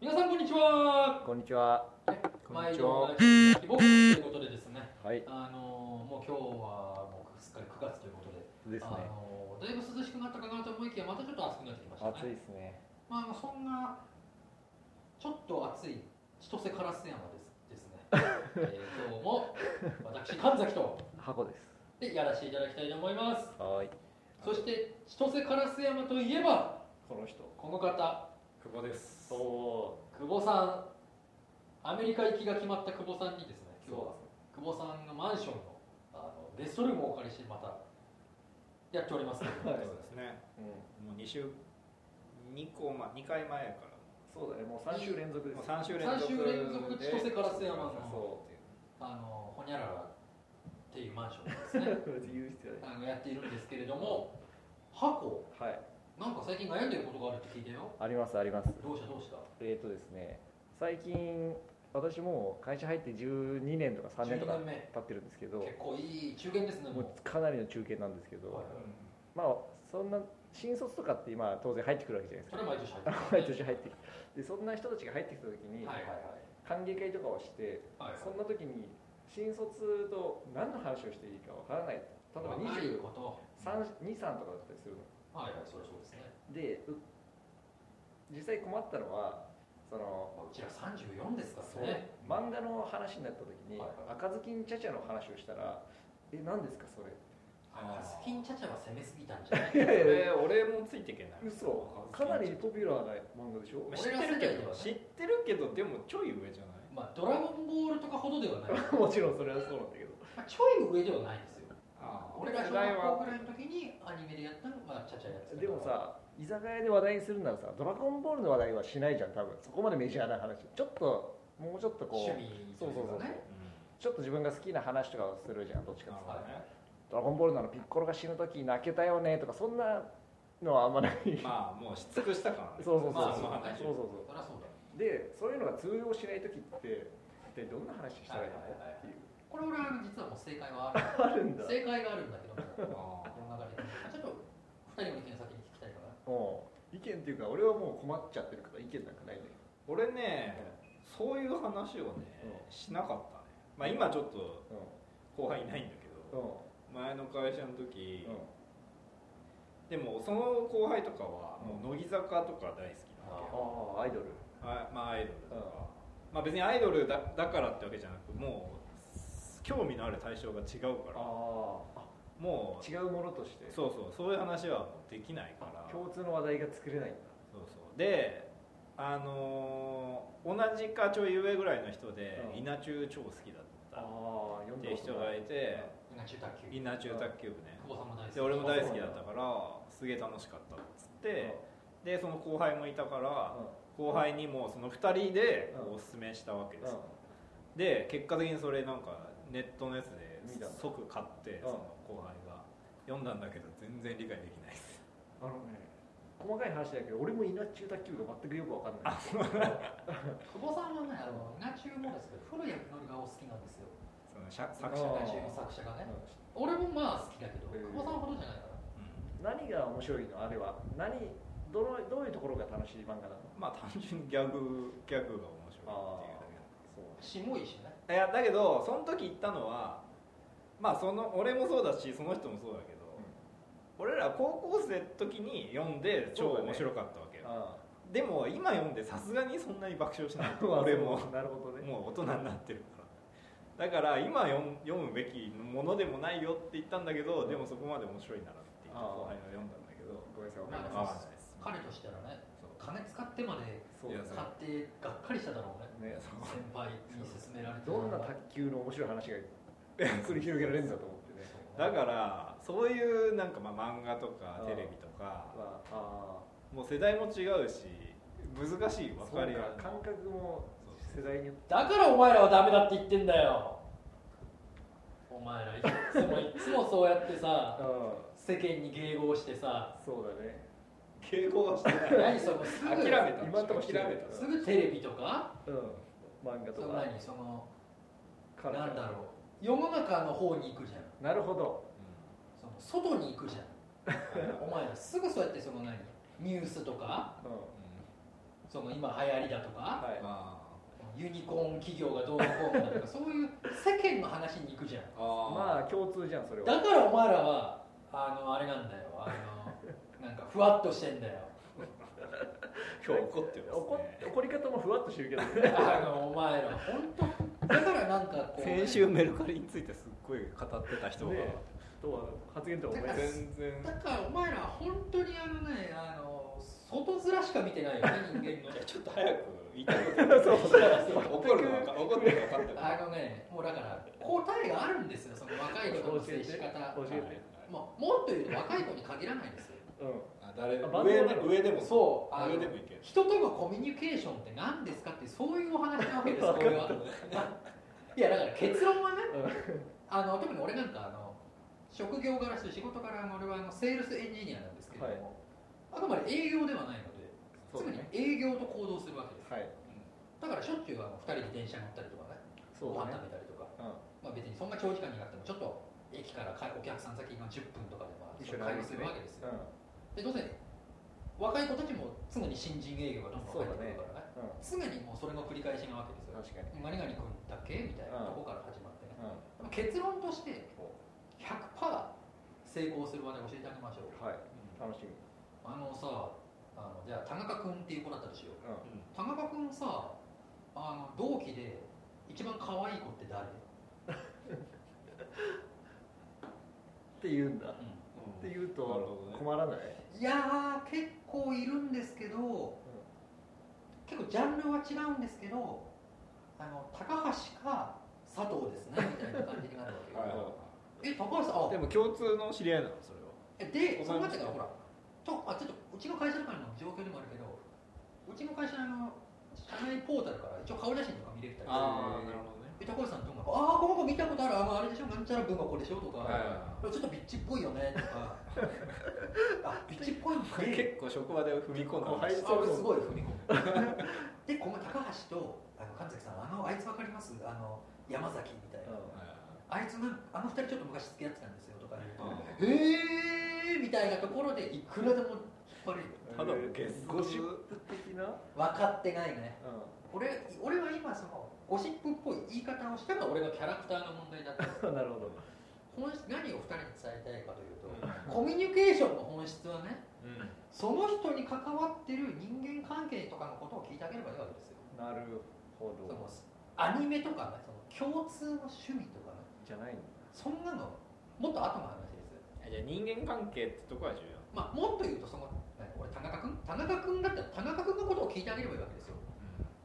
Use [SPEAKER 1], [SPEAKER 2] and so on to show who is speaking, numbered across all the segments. [SPEAKER 1] 皆さんこんにちは。
[SPEAKER 2] こんにちは。
[SPEAKER 1] ね
[SPEAKER 2] こん
[SPEAKER 1] 毎
[SPEAKER 2] にち
[SPEAKER 1] 度
[SPEAKER 2] は
[SPEAKER 1] 同じ秋僕ということでですね。
[SPEAKER 2] はい。
[SPEAKER 1] あのーもう今日はもうすっかり9月ということで、
[SPEAKER 2] ですね
[SPEAKER 1] あ。のーだいぶ涼しくなったかなと思いきやまたちょっと暑くなってきましたね。
[SPEAKER 2] 暑いですね。
[SPEAKER 1] まああのそんなちょっと暑い千歳烏山です ですね。えー今日も私神崎と
[SPEAKER 2] 箱です。
[SPEAKER 1] でやらせていただきたいと思います。
[SPEAKER 2] はい。
[SPEAKER 1] そして千歳烏山といえば
[SPEAKER 3] この人
[SPEAKER 1] この方。
[SPEAKER 3] 久保です
[SPEAKER 2] お
[SPEAKER 1] 久保さんアメリカ行きが決まった久保さんにですね今日は
[SPEAKER 3] そ
[SPEAKER 1] 久保さんのマンションのあのレストルームをお借りしてまたやっておりますけど、
[SPEAKER 3] そう
[SPEAKER 1] ね、
[SPEAKER 3] ですね
[SPEAKER 2] うん。
[SPEAKER 3] もう2週2個まあ2回前やから
[SPEAKER 2] そうだね。もう三週連続です
[SPEAKER 3] もう
[SPEAKER 2] よ。
[SPEAKER 3] 3週連続で
[SPEAKER 1] 三週連続千歳烏山の
[SPEAKER 3] そう
[SPEAKER 1] あのホニャララっていうマンションを ですね
[SPEAKER 2] 別に言う必要ない。
[SPEAKER 1] あのやっているんですけれども箱
[SPEAKER 2] はい。
[SPEAKER 1] なんか最近悩んでることがあるって聞いたよ
[SPEAKER 2] ありますあります。
[SPEAKER 1] どうしたどうした
[SPEAKER 2] えっ、ー、とですね。最近私もう会社入って12年とか3年とか
[SPEAKER 1] 12年
[SPEAKER 2] 経ってるんですけど
[SPEAKER 1] 目、結構いい中堅ですねも
[SPEAKER 2] もうかなりの中堅なんですけど、
[SPEAKER 1] はい
[SPEAKER 2] まあそんな新卒とかって今当然入ってくるわけじゃないうで
[SPEAKER 1] そ
[SPEAKER 2] す
[SPEAKER 1] れ
[SPEAKER 2] か。
[SPEAKER 1] は毎年入ってますね
[SPEAKER 2] 毎年入ってきて、でそんな人たちが入ってきた時に、
[SPEAKER 1] はいはい
[SPEAKER 2] 歓迎会とかをして。
[SPEAKER 1] はいはい
[SPEAKER 2] そんな時に新卒と何の話をしていいかわからない例えば
[SPEAKER 1] 若いこ
[SPEAKER 2] 2323
[SPEAKER 1] と
[SPEAKER 2] とかだったりするの
[SPEAKER 1] はいはいそれそうですね
[SPEAKER 2] でう実際困ったのはその
[SPEAKER 1] まあうちら34ですからね
[SPEAKER 2] そう漫画の話になった時に
[SPEAKER 1] はい
[SPEAKER 2] 「赤ずきんちゃちゃ」の話をしたら「え何ですかそれ
[SPEAKER 1] あ
[SPEAKER 3] あー
[SPEAKER 1] スキンチャチャは攻めすぎたんじゃ ない
[SPEAKER 2] やいや
[SPEAKER 3] 俺俺もついていけない
[SPEAKER 2] 嘘かなりポピュラーな漫画でしょ
[SPEAKER 3] まあ知ってるけど知ってるけどでもちょい上じゃない
[SPEAKER 1] まあドラゴンボールとかほどではない、ま
[SPEAKER 2] もちろんそれはそうなんだけど
[SPEAKER 1] あ、ちょい上ではないですよ
[SPEAKER 3] あ
[SPEAKER 1] 俺が小学校ぐらいの時にアニメでやったのがチャチャやってたから
[SPEAKER 2] でもさ居酒屋で話題にするならさ「ドラゴンボール」の話題はしないじゃん多分そこまでメジャーな話ちょっともうちょっとこう
[SPEAKER 1] 趣味と
[SPEAKER 2] そうそうそう
[SPEAKER 1] かね
[SPEAKER 2] ちょっと自分が好きな話とかをするじゃんどっちかっていうと
[SPEAKER 1] は
[SPEAKER 2] ドラゴンボール」なのピッコロが死ぬ時泣けたよねとかそんなのはあんまない
[SPEAKER 3] まあもうし尽くしたからね
[SPEAKER 2] そうそうそう
[SPEAKER 3] まあ
[SPEAKER 1] まあ
[SPEAKER 3] まあ
[SPEAKER 2] そうそう
[SPEAKER 1] そりゃそうだ
[SPEAKER 2] そうでそういうのが通用しない時って一体どんな話したらいいの
[SPEAKER 1] はいはいはい
[SPEAKER 2] っていう
[SPEAKER 1] これ俺は実はもう正解はある
[SPEAKER 2] あるんだ
[SPEAKER 1] 正解があるんだけど も
[SPEAKER 3] あ
[SPEAKER 1] この中であちょっと二人の意見先に聞きたいかな
[SPEAKER 2] もう意見っていうか俺はもう困っちゃってるから意見なんかないね
[SPEAKER 3] 俺ねそういう話をね
[SPEAKER 2] う
[SPEAKER 3] しなかったねまあ今ちょっと
[SPEAKER 2] うん
[SPEAKER 3] 後輩いないんだけ
[SPEAKER 2] う
[SPEAKER 3] ど
[SPEAKER 2] ん
[SPEAKER 3] 前の会社の時
[SPEAKER 2] うん
[SPEAKER 3] でもその後輩とかはもう乃木坂とか大好きなわけよ
[SPEAKER 2] ああアイドル
[SPEAKER 3] あまあアイドルとか、
[SPEAKER 2] うん
[SPEAKER 3] まあ別にアイドルだだからってわけじゃなくもう興味のある対象が違うから
[SPEAKER 2] ああ
[SPEAKER 3] もう
[SPEAKER 2] 違うものとして
[SPEAKER 3] そうそうそういう話はもうできないからそう
[SPEAKER 2] 共通の話題が作れないんだ
[SPEAKER 3] そうであのー同じかちょい上ぐらいの人で、
[SPEAKER 2] うん
[SPEAKER 3] 稲中超好きだったっ
[SPEAKER 2] ああ読ん
[SPEAKER 3] て
[SPEAKER 2] で
[SPEAKER 3] いう人がいて、
[SPEAKER 1] 今中卓球久
[SPEAKER 3] 稲中卓球部ね、
[SPEAKER 1] 保さんも大好き
[SPEAKER 3] で俺も大好きだったからすげえ楽しかったっつって、でその後輩もいたから、後輩にもその2人で
[SPEAKER 2] うん
[SPEAKER 3] おすすめしたわけ
[SPEAKER 2] う
[SPEAKER 3] で
[SPEAKER 2] んう
[SPEAKER 3] す、
[SPEAKER 2] ん
[SPEAKER 3] で結果的にそれなんかネットのやつで
[SPEAKER 2] 見たの
[SPEAKER 3] 即買って
[SPEAKER 2] ん
[SPEAKER 3] その後輩が読んだんだけど全然理解できないです
[SPEAKER 2] あのね、細かい話だけど、俺も稲中卓球が全くよくわかんない。あ、
[SPEAKER 1] 保さんはねあの稲中もですけど古谷実がお好きなんですよ
[SPEAKER 3] その作
[SPEAKER 2] あ
[SPEAKER 3] 作
[SPEAKER 2] ー
[SPEAKER 3] 者
[SPEAKER 1] 稲
[SPEAKER 3] が、
[SPEAKER 1] 中の作者がね俺もまあ好きだけど、
[SPEAKER 2] へー
[SPEAKER 1] 久保さんほどじゃないかな。
[SPEAKER 3] うん
[SPEAKER 2] 何が面白いの、あれは、何、どの、どういうところが楽しい漫画なの。
[SPEAKER 3] まあ単純にギャグギャグが面白いっていうだ
[SPEAKER 2] そう。
[SPEAKER 1] しもいしね。
[SPEAKER 3] けいやだけどその時言ったのはまあその俺もそうだしその人もそうだけど、俺ら高校生の時に読んで超面白かったわけよ、
[SPEAKER 2] あ
[SPEAKER 3] でも今読んでさすがにそんなに爆 笑しない
[SPEAKER 2] あ、
[SPEAKER 3] 俺も
[SPEAKER 2] なるほどね。
[SPEAKER 3] もう大人になってるからだから今読む読むべきものでもないよって言ったんだけどでもそこまで面白いならって言って
[SPEAKER 2] あー
[SPEAKER 3] 後輩が読んだんだけど
[SPEAKER 2] ごめんなさい、わか
[SPEAKER 1] まあ
[SPEAKER 2] んない。
[SPEAKER 3] 合わないです
[SPEAKER 1] 彼としたらね、金使ってまで
[SPEAKER 2] そう
[SPEAKER 3] い
[SPEAKER 2] で
[SPEAKER 3] や
[SPEAKER 2] す
[SPEAKER 3] そ
[SPEAKER 1] 買
[SPEAKER 3] う
[SPEAKER 1] ってがっかりしただろうね。
[SPEAKER 2] ね。
[SPEAKER 1] 先輩に勧められて。
[SPEAKER 2] どんな卓球の面白い話が繰り広げられるんだと思ってね。
[SPEAKER 3] だ
[SPEAKER 1] ら。
[SPEAKER 3] からそういうなんかまあ漫画とか
[SPEAKER 2] あー
[SPEAKER 3] テレビとか
[SPEAKER 2] まあ、
[SPEAKER 3] もう世代も違うし難しい
[SPEAKER 2] ああ、
[SPEAKER 3] 分
[SPEAKER 2] そ
[SPEAKER 3] か
[SPEAKER 2] う
[SPEAKER 3] り合
[SPEAKER 2] か、感覚も世代によって。
[SPEAKER 1] だからお前らはダメだって言ってんだよ。お前らいつもいつもそうやって
[SPEAKER 2] あ
[SPEAKER 1] さ、
[SPEAKER 2] あ、
[SPEAKER 1] 世間に迎合してさ、
[SPEAKER 2] そうだね。
[SPEAKER 3] 傾向がしてない
[SPEAKER 1] 何そのすぐ
[SPEAKER 3] 諦めた
[SPEAKER 2] 今んとこ
[SPEAKER 3] 諦めた
[SPEAKER 2] た
[SPEAKER 1] すぐテレビとか、
[SPEAKER 2] うん。漫画
[SPEAKER 1] そ
[SPEAKER 2] と
[SPEAKER 1] の
[SPEAKER 2] か。
[SPEAKER 1] 何その
[SPEAKER 2] カルチャ
[SPEAKER 1] な
[SPEAKER 2] ー
[SPEAKER 1] んだろう、世の中の方に行くじゃん。
[SPEAKER 2] なるほど。
[SPEAKER 1] その外に行くじゃん。お前らすぐそうやってその何ニュースとか
[SPEAKER 2] うん。
[SPEAKER 3] う
[SPEAKER 1] その今流行りだとか、
[SPEAKER 2] はい
[SPEAKER 3] あ
[SPEAKER 1] ユニコーン企業がどうのこうのだとかそういう世間の話に行くじゃん
[SPEAKER 3] ーあ
[SPEAKER 2] まあ共通じゃんそれは
[SPEAKER 1] だからお前らはあのあれなんだよあのなんかふわっとしてんだよ
[SPEAKER 3] 今日怒ってますね
[SPEAKER 2] 怒っ怒り方もふわっとしてるけどね
[SPEAKER 1] あのお前ら本当だからなんかこう
[SPEAKER 3] 先週メルカリについてすっごい語ってた人が、
[SPEAKER 2] ねどうは発言とは思え ない
[SPEAKER 3] 全然
[SPEAKER 1] だからお前ら本当にあのねあの外面しか見てないよね人間の
[SPEAKER 3] ちょっと早く言いたいこと怒るの分か怒ってるの分かったか
[SPEAKER 1] あ
[SPEAKER 3] ら
[SPEAKER 1] のねもうだから答えがあるんですよその若い人の接し方
[SPEAKER 2] 教えて
[SPEAKER 1] もうもっと言うと若い子に限らないですよ
[SPEAKER 2] うん
[SPEAKER 3] あ誰
[SPEAKER 2] あバンド
[SPEAKER 3] 上
[SPEAKER 2] な
[SPEAKER 3] で
[SPEAKER 2] の
[SPEAKER 3] 上でも
[SPEAKER 1] そうあの
[SPEAKER 3] 上でもいける
[SPEAKER 1] 人とのコミュニケーションって何ですかってそういうお話なわけですこれはいやだから結論はねあの特に俺なんかあの職業柄して仕事柄あの俺はあのセールスエンジニアなんですけれども、あくまで営業ではないので
[SPEAKER 2] そ
[SPEAKER 1] す
[SPEAKER 2] う
[SPEAKER 1] ぐ
[SPEAKER 2] だ
[SPEAKER 1] に
[SPEAKER 2] ね
[SPEAKER 1] 営業と行動するわけです、
[SPEAKER 2] はい
[SPEAKER 1] だからしょっちゅうあの2人で電車乗ったりとかね
[SPEAKER 2] そう
[SPEAKER 1] ご飯
[SPEAKER 2] だね
[SPEAKER 1] 食べたりとか、ま
[SPEAKER 2] うん
[SPEAKER 1] あ、別にそんな長時間になくてもちょっと駅から帰お客さん先の10分とかでまあ
[SPEAKER 2] 一緒に
[SPEAKER 1] 会話するわけですよ、
[SPEAKER 2] う
[SPEAKER 1] で当然若い子たちも常に新人営業がどんどん入ってくるからね
[SPEAKER 2] んうん
[SPEAKER 1] 常にもうそれの繰り返しなわけですよ
[SPEAKER 2] 確かに
[SPEAKER 1] 何々君だっけみたいなとこから始まってね、で
[SPEAKER 2] うん
[SPEAKER 1] も結論として100%成功するまで教えてあげましょう
[SPEAKER 2] はい楽しみ
[SPEAKER 1] あのさあのじゃあ田中君っていう子だったとしよう
[SPEAKER 2] う
[SPEAKER 1] 田中君さあの同期で一番可愛い子って誰、
[SPEAKER 2] んって言うんだって言う
[SPEAKER 3] なる
[SPEAKER 2] と
[SPEAKER 3] ほどね
[SPEAKER 2] 困らない
[SPEAKER 1] いやー結構いるんですけど、結構ジャンルは違うんですけどあの高橋か佐藤ですねみたいな感じになるわけよ、
[SPEAKER 3] はい
[SPEAKER 1] え高橋さんあ
[SPEAKER 3] でも共通の知り合いなのそれは
[SPEAKER 1] えで、
[SPEAKER 3] お
[SPEAKER 1] そ
[SPEAKER 3] 前
[SPEAKER 1] うなっ
[SPEAKER 3] も
[SPEAKER 1] てからほらとあちょっとうちの会社とかの状況でもあるけどうちの会社の社内ポータルから一応顔写真とか見れたり
[SPEAKER 2] あーなる
[SPEAKER 3] ほどね
[SPEAKER 1] え高橋さんとか「ああこの子見たことあるあのあれでしょなんちゃら文はこれでしょ」とか、
[SPEAKER 3] は
[SPEAKER 1] ちょっとビッチっぽいよね」とか「あビッチっぽいんだね」
[SPEAKER 3] 結構職場で踏み込んだ
[SPEAKER 2] 後輩
[SPEAKER 3] 話
[SPEAKER 1] あ俺すごい踏み込むでこの高橋とあの神崎さんあのあいつわかりますあの山崎みたいな、あいつなんあの二人ちょっと昔付き合ってたんですよとか言うとへえーみたいなところでいくらでも引っ張れる
[SPEAKER 3] ただのゲス
[SPEAKER 2] ゴシップ的な
[SPEAKER 1] 分かってないね
[SPEAKER 2] うん
[SPEAKER 1] 俺俺は今そのゴシップっぽい言い方をしたが俺のキャラクターの問題だったんです
[SPEAKER 2] なるほど。
[SPEAKER 1] 本質何を二人に伝えたいかというと、コミュニケーションの本質はねその人に関わってる人間関係とかのことを聞いてあげればいいわけですよ
[SPEAKER 2] なるほ
[SPEAKER 1] その
[SPEAKER 2] ど。
[SPEAKER 1] アニメとか、ね、その共通の趣味とか、ね、
[SPEAKER 2] じゃないんだ。
[SPEAKER 1] そんなのもっと後の話ですよ、
[SPEAKER 3] じゃあ人間関係ってとこは重要
[SPEAKER 1] まあ、もっと言うとそのね俺田中君田中君だったら田中君のことを聞いてあげればいいわけですよ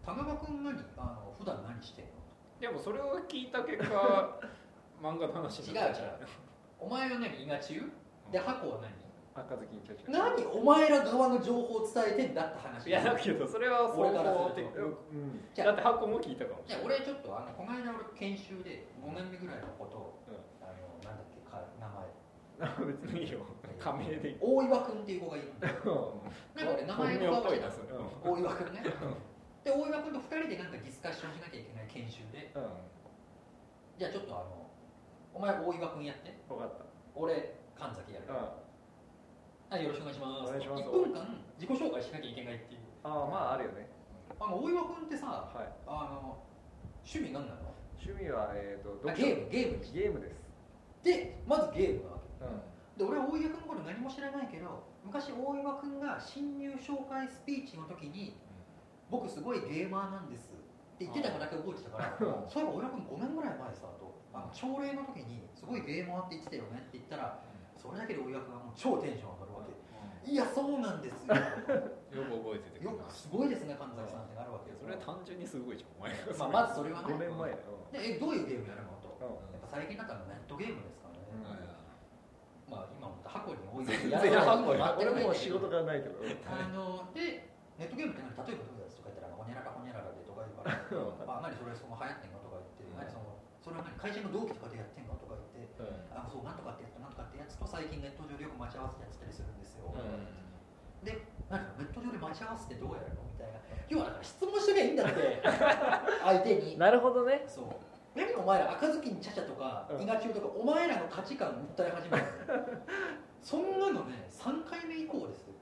[SPEAKER 1] 田中君何あの普段何してんの
[SPEAKER 3] でもそれを聞いた結果漫画の話
[SPEAKER 1] 違
[SPEAKER 3] に
[SPEAKER 1] う
[SPEAKER 3] な
[SPEAKER 1] 違
[SPEAKER 3] っ
[SPEAKER 1] う
[SPEAKER 3] ちゃ
[SPEAKER 1] お前は何伊賀中で箱は何
[SPEAKER 2] 赤ずきんちゃちゃ。
[SPEAKER 1] 何お前ら側の情報を伝えてんだって話
[SPEAKER 3] いやだけどそれは総合的
[SPEAKER 2] うんうん。
[SPEAKER 1] じゃ
[SPEAKER 3] だ
[SPEAKER 1] あ
[SPEAKER 3] って箱も聞いたかもし
[SPEAKER 1] じゃ
[SPEAKER 3] れ
[SPEAKER 1] あ
[SPEAKER 3] ない
[SPEAKER 1] 俺ちょっとあのこの間俺研修で5年目ぐらいのことを、
[SPEAKER 3] うん
[SPEAKER 1] あのなんだっけか名前
[SPEAKER 2] あ 別に。
[SPEAKER 3] いいよ仮名でいい
[SPEAKER 1] 大岩君っていう子がいるんだ よなんか俺名前
[SPEAKER 3] 本名っ
[SPEAKER 1] が
[SPEAKER 3] ぽいなそれ
[SPEAKER 2] うん
[SPEAKER 1] 大岩君ねで大岩君と2人でなんかディスカッションしなきゃいけない研修で
[SPEAKER 2] うん。
[SPEAKER 1] じゃあちょっとあのお前大岩君やって
[SPEAKER 2] 分かった。
[SPEAKER 1] 俺神崎やる
[SPEAKER 2] うん。あ
[SPEAKER 1] はいよろしくお願いします
[SPEAKER 2] お願いします
[SPEAKER 1] 1分間自己紹介しなきゃいけないっていう
[SPEAKER 2] あまああるよね。
[SPEAKER 1] あの大岩君ってさ
[SPEAKER 2] はい。
[SPEAKER 1] あの趣味何なの
[SPEAKER 2] 趣味はえっと
[SPEAKER 1] あ
[SPEAKER 2] 読
[SPEAKER 1] ゲー
[SPEAKER 2] 書
[SPEAKER 1] ムゲーム
[SPEAKER 2] ゲームです。
[SPEAKER 1] でまずゲームなわけ
[SPEAKER 2] う
[SPEAKER 1] で俺は大岩君のこと何も知らないけど昔大岩君が新入紹介スピーチの時に「僕すごいゲーマーなんです」って言ってたのだけ覚えてたから
[SPEAKER 3] うん
[SPEAKER 1] そういえば大岩君5年ぐらい前さとあの朝礼の時に「すごいゲーマーって言ってたよね」って言ったらそれだけで大岩君はもう超テンション上がるわけいやそうなんですよ
[SPEAKER 3] よく覚えてて
[SPEAKER 1] よくすごいですね神崎さんってなるわけよ
[SPEAKER 3] それは単純にすごいじゃんお前が
[SPEAKER 1] まあ、まずそれはね
[SPEAKER 2] ん。五年前だよ。
[SPEAKER 1] でえどういうゲームやるのと
[SPEAKER 2] うん。
[SPEAKER 1] やっぱ最近だったらネットゲームですからね、
[SPEAKER 2] うん
[SPEAKER 1] まあ今思った箱に多い
[SPEAKER 3] 全然箱に
[SPEAKER 2] 俺もう仕事がないけど。
[SPEAKER 1] あのでネットゲームって何例えばどういうやつとか言ったら「ほにゃららほにゃららで」とか言うから
[SPEAKER 2] う
[SPEAKER 1] 「あ
[SPEAKER 2] ん
[SPEAKER 1] 何それその流行ってんの?」とか言って「
[SPEAKER 3] うん
[SPEAKER 1] 何そのそれは何会社の同期とかでやってんの?」とか言って
[SPEAKER 2] うん。
[SPEAKER 1] 「あそうなんとかってやつとなんとかってやつと最近ネット上でよく待ち合わせてやってたりするんですよ」で何そのネット上で待ち合わせってどうやるの?」みたいな要はだから質問しときゃいいんだって 相手に
[SPEAKER 2] なるほどね。
[SPEAKER 1] そう何お前ら赤ずきんちゃちゃとか
[SPEAKER 2] うん
[SPEAKER 1] 伊賀中とかお前らの価値観を訴え始めるの そんなのね3回目以降ですよ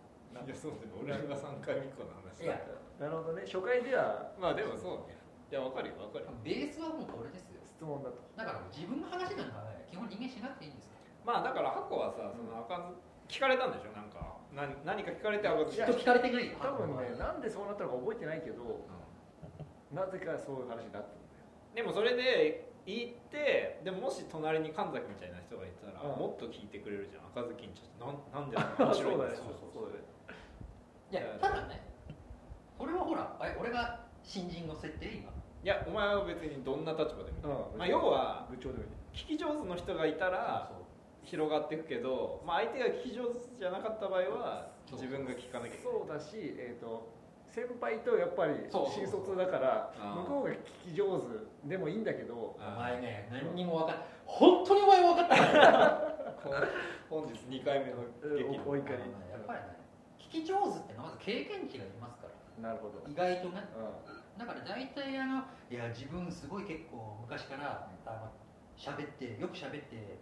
[SPEAKER 3] いやそうだよ俺が3回目以降の話
[SPEAKER 1] いや
[SPEAKER 2] なるほどね初回では
[SPEAKER 3] まあでもそうねいやわかるよわかるよ
[SPEAKER 1] ベースはもうこれですよ
[SPEAKER 2] 質問だと
[SPEAKER 1] だからもう自分の話なんかね基本人間しなくていいんですよ
[SPEAKER 3] まあだから箱はさその赤ず聞かれたんでしょなんか何何か聞かれて赤ず
[SPEAKER 2] い
[SPEAKER 1] きっ
[SPEAKER 2] や
[SPEAKER 1] と聞かれてないよ
[SPEAKER 2] 多分ね
[SPEAKER 1] うん
[SPEAKER 2] なんでそうなったのか覚えてないけどなぜかそういう話になって
[SPEAKER 3] でもそれで行ってでももし隣に神崎みたいな人がいたら、
[SPEAKER 2] うん
[SPEAKER 3] もっと聞いてくれるじゃん赤ずきんちょっとなんなんで
[SPEAKER 2] る
[SPEAKER 3] 面白いんだよ
[SPEAKER 2] そうだね
[SPEAKER 1] いやただねこれはほらえ俺が新人の設定今
[SPEAKER 3] いやお前は別にどんな立場でもいい、
[SPEAKER 2] うん
[SPEAKER 3] まあ、要は
[SPEAKER 2] 部長でもいい
[SPEAKER 3] 聞き上手の人がいたら広がっていくけど、まあ、相手が聞き上手じゃなかった場合は
[SPEAKER 1] そう
[SPEAKER 3] 自分が聞かなきゃいけない
[SPEAKER 2] そうだし、えー、と先輩とやっぱり
[SPEAKER 1] そう
[SPEAKER 2] 新卒だから
[SPEAKER 3] あー
[SPEAKER 2] 向こうが聞き上手でもいいんだけど
[SPEAKER 1] お
[SPEAKER 3] あ
[SPEAKER 1] 前ね何にも分かんない本当にお前分かってないやっ
[SPEAKER 3] ーこ本日2回目の
[SPEAKER 2] うん
[SPEAKER 3] 劇
[SPEAKER 2] おお怒り
[SPEAKER 1] ぱりね聞き上手ってのはまず経験値がいりますから
[SPEAKER 2] なるほど、
[SPEAKER 1] 意外とね
[SPEAKER 2] う
[SPEAKER 1] だから大体あのいや自分すごい結構昔からあの喋ってよく喋って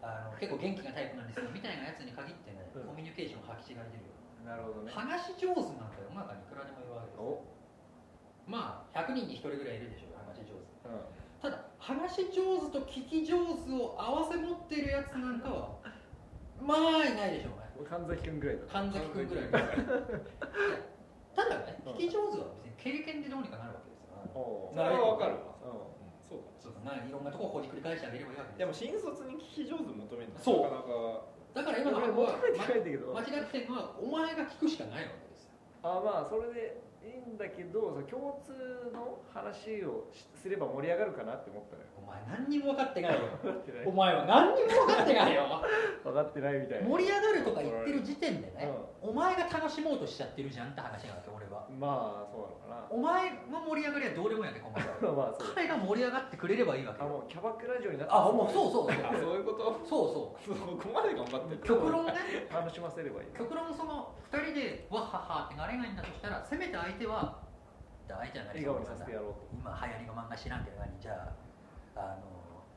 [SPEAKER 1] あの結構元気なタイプなんですよみたいなやつに限ってね、
[SPEAKER 2] うん
[SPEAKER 1] コミュニケーションを履き違えてるよ
[SPEAKER 2] ん、なるほどね
[SPEAKER 1] 話し上手なんて世の中にいくらでもいるわけですよ
[SPEAKER 2] お、
[SPEAKER 1] まあ100人に1人ぐらいいるでしょう話し上手
[SPEAKER 2] うん、
[SPEAKER 1] ただ話し上手と聞き上手を合わせ持ってるやつなんかはまあいないでしょうね
[SPEAKER 2] 俺神崎君ぐらいだ
[SPEAKER 1] 神崎君ぐらいですいやただね
[SPEAKER 2] うん
[SPEAKER 1] 聞き上手は別に経験でどうにかなるわけですよ
[SPEAKER 2] おお
[SPEAKER 3] それは分かるわ、
[SPEAKER 2] ー、うん
[SPEAKER 3] うんそうか
[SPEAKER 1] そうだないろんなとこをほじくり返してあげればいいわけ
[SPEAKER 3] で
[SPEAKER 1] で
[SPEAKER 3] も
[SPEAKER 1] すよ
[SPEAKER 3] 新卒に聞き上手求めるのは
[SPEAKER 1] そう
[SPEAKER 3] なかなか
[SPEAKER 1] だから今の
[SPEAKER 2] 俺
[SPEAKER 1] 箱は
[SPEAKER 2] 求めてないんだけど、
[SPEAKER 1] ま間違ってるのはお前が聞くしかないわけですよ
[SPEAKER 2] あまあそれでいいんだけどその共通の話をしすれば盛り上がるかなって思ったのよ
[SPEAKER 1] お前何にも分かってないよ
[SPEAKER 2] 分かってない
[SPEAKER 1] お前は何にも分かってないよ
[SPEAKER 2] 分かってないみたいな
[SPEAKER 1] 盛り上がるとか言ってる時点でね、お前が楽しもうとしちゃってるじゃんって話なわけ俺は
[SPEAKER 2] まあそうなの
[SPEAKER 1] お前の盛り上がりはどうでもいいわけこの場合
[SPEAKER 2] かなまあそう
[SPEAKER 1] 彼が盛り上がってくれればいいわけ
[SPEAKER 2] あ
[SPEAKER 1] よ
[SPEAKER 2] もうキャバクラ嬢になって
[SPEAKER 1] あもうそうそう
[SPEAKER 3] あそういうこと
[SPEAKER 1] そうそ
[SPEAKER 3] そこまで頑張って
[SPEAKER 1] う
[SPEAKER 3] る
[SPEAKER 1] 極論ね
[SPEAKER 2] 楽しませればいい
[SPEAKER 1] 極論その2人でわっはっはってなれないんだとしたらせめて相手は相手は何
[SPEAKER 2] 笑顔にさせてやろう
[SPEAKER 1] 今流行りの漫画知らんけど何じゃああの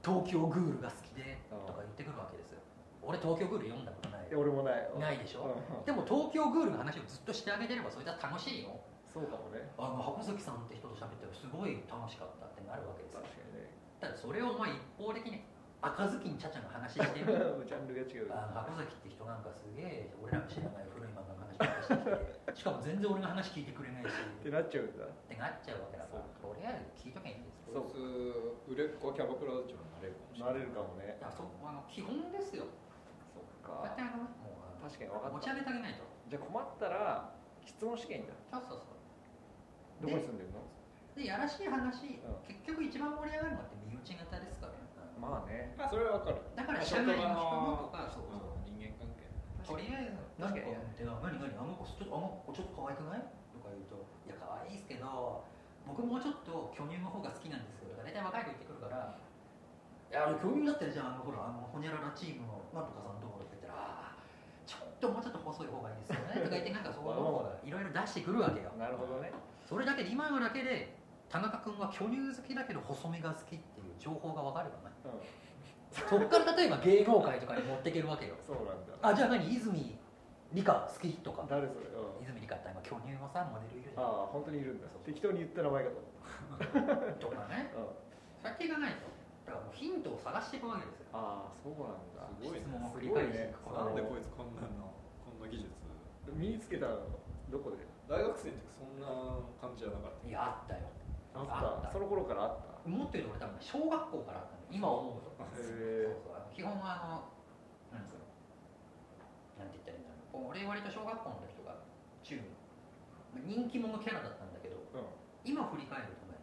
[SPEAKER 1] 東京グールが好きで
[SPEAKER 2] ああ
[SPEAKER 1] とか言ってくるわけですよ俺東京グール読んだことない
[SPEAKER 2] といや俺もない
[SPEAKER 1] ないでしょ
[SPEAKER 2] うん
[SPEAKER 1] でも東京グールの話をずっとしてあげてればそれじゃ楽しいよ
[SPEAKER 2] そうかもね
[SPEAKER 1] あの箱崎さんって人と喋ってすごい楽しかったってなるわけですよ
[SPEAKER 2] 確かにね
[SPEAKER 1] ただそれをお前一方的に赤ずきんちゃちゃの話してみ
[SPEAKER 2] ジャンルが違う
[SPEAKER 1] あの箱崎って人なんかすげえ俺らの知らない古い漫画の話ばっかしてきてしかも全然俺の話聞いてくれないしっ
[SPEAKER 2] ってなっちゃうんだ
[SPEAKER 1] てなっちゃうわけだからとりあえず聞いとけばいいんですよ
[SPEAKER 3] そう売れっ子キャバクラ嬢になれるかもし
[SPEAKER 2] な
[SPEAKER 3] れ
[SPEAKER 2] れるかもね
[SPEAKER 3] ない
[SPEAKER 1] いやそうあの基本ですよ
[SPEAKER 2] そっ
[SPEAKER 1] こうや
[SPEAKER 2] か
[SPEAKER 1] ってあのもうあの
[SPEAKER 2] 確かに分か
[SPEAKER 1] 持
[SPEAKER 2] っ
[SPEAKER 1] ち
[SPEAKER 2] た
[SPEAKER 1] 上げてあげないと
[SPEAKER 2] じゃあ困ったら質問試験だ
[SPEAKER 1] そうそうそう
[SPEAKER 2] どこに住んでるの
[SPEAKER 1] でやらしい話、
[SPEAKER 2] ん
[SPEAKER 1] 結局一番盛り上がるのって身内型ですから、ね
[SPEAKER 2] まあね
[SPEAKER 3] まあそれはわかる
[SPEAKER 1] だから
[SPEAKER 3] まあ
[SPEAKER 1] 社内の人と
[SPEAKER 3] 職場
[SPEAKER 1] かそうそう
[SPEAKER 3] うん人間関係
[SPEAKER 1] とりあえず
[SPEAKER 2] 確かに
[SPEAKER 1] てか何何あの子ちょっとあの子ちょっと可愛くないとか言うといや可愛いですけど僕もうちょっと巨乳の方が好きなんですけど大体若い子言ってくるからいやあの巨乳だったらじゃああのほらあのホニャララチームのなんとかさんどうとか言ったらあーちょっともうちょっと細い方がいいですよねとか言ってなんかそう いうのがいろいろ出してくるわけよ
[SPEAKER 2] なるほどね
[SPEAKER 1] それだけで今のだけで田中君は巨乳好きだけど細身が好きっていう情報が分かればね
[SPEAKER 2] うん
[SPEAKER 1] そっから例えば芸能界とかに持っていけるわけよ
[SPEAKER 2] そうなんだ
[SPEAKER 1] あじゃあ何泉理科好きとか
[SPEAKER 2] 誰それうん
[SPEAKER 1] 泉理科って今巨乳のさモデルいるじ
[SPEAKER 2] あ
[SPEAKER 1] ゃん
[SPEAKER 2] あ本当にいるんだ
[SPEAKER 1] そう
[SPEAKER 2] 適当に言った名前かと思っ
[SPEAKER 1] とかね
[SPEAKER 2] たうん
[SPEAKER 1] そうやっていかないとだからもうヒントを探していくわけですよ
[SPEAKER 2] ああそうなんだ
[SPEAKER 3] すごいね
[SPEAKER 1] 質問を繰り返していく
[SPEAKER 2] すご
[SPEAKER 1] こ
[SPEAKER 2] いね
[SPEAKER 3] な
[SPEAKER 1] と
[SPEAKER 3] んでこいつこんなのこんな技術
[SPEAKER 2] 身につけたのどこで
[SPEAKER 3] 大学生の時そんな感じじゃなかった
[SPEAKER 1] いやあったよ
[SPEAKER 2] あ
[SPEAKER 1] あ
[SPEAKER 2] っ
[SPEAKER 1] った
[SPEAKER 2] たその頃からあっ
[SPEAKER 1] もっと言うと俺多分小学校からあったの今思うと
[SPEAKER 2] たへ
[SPEAKER 1] そう
[SPEAKER 2] え
[SPEAKER 1] そうあの基本はあのなんつうのなんて言ったらいいんだろう俺割と小学校の時とか中まあ人気者キャラだったんだけど
[SPEAKER 2] うん
[SPEAKER 1] 今振り返るとね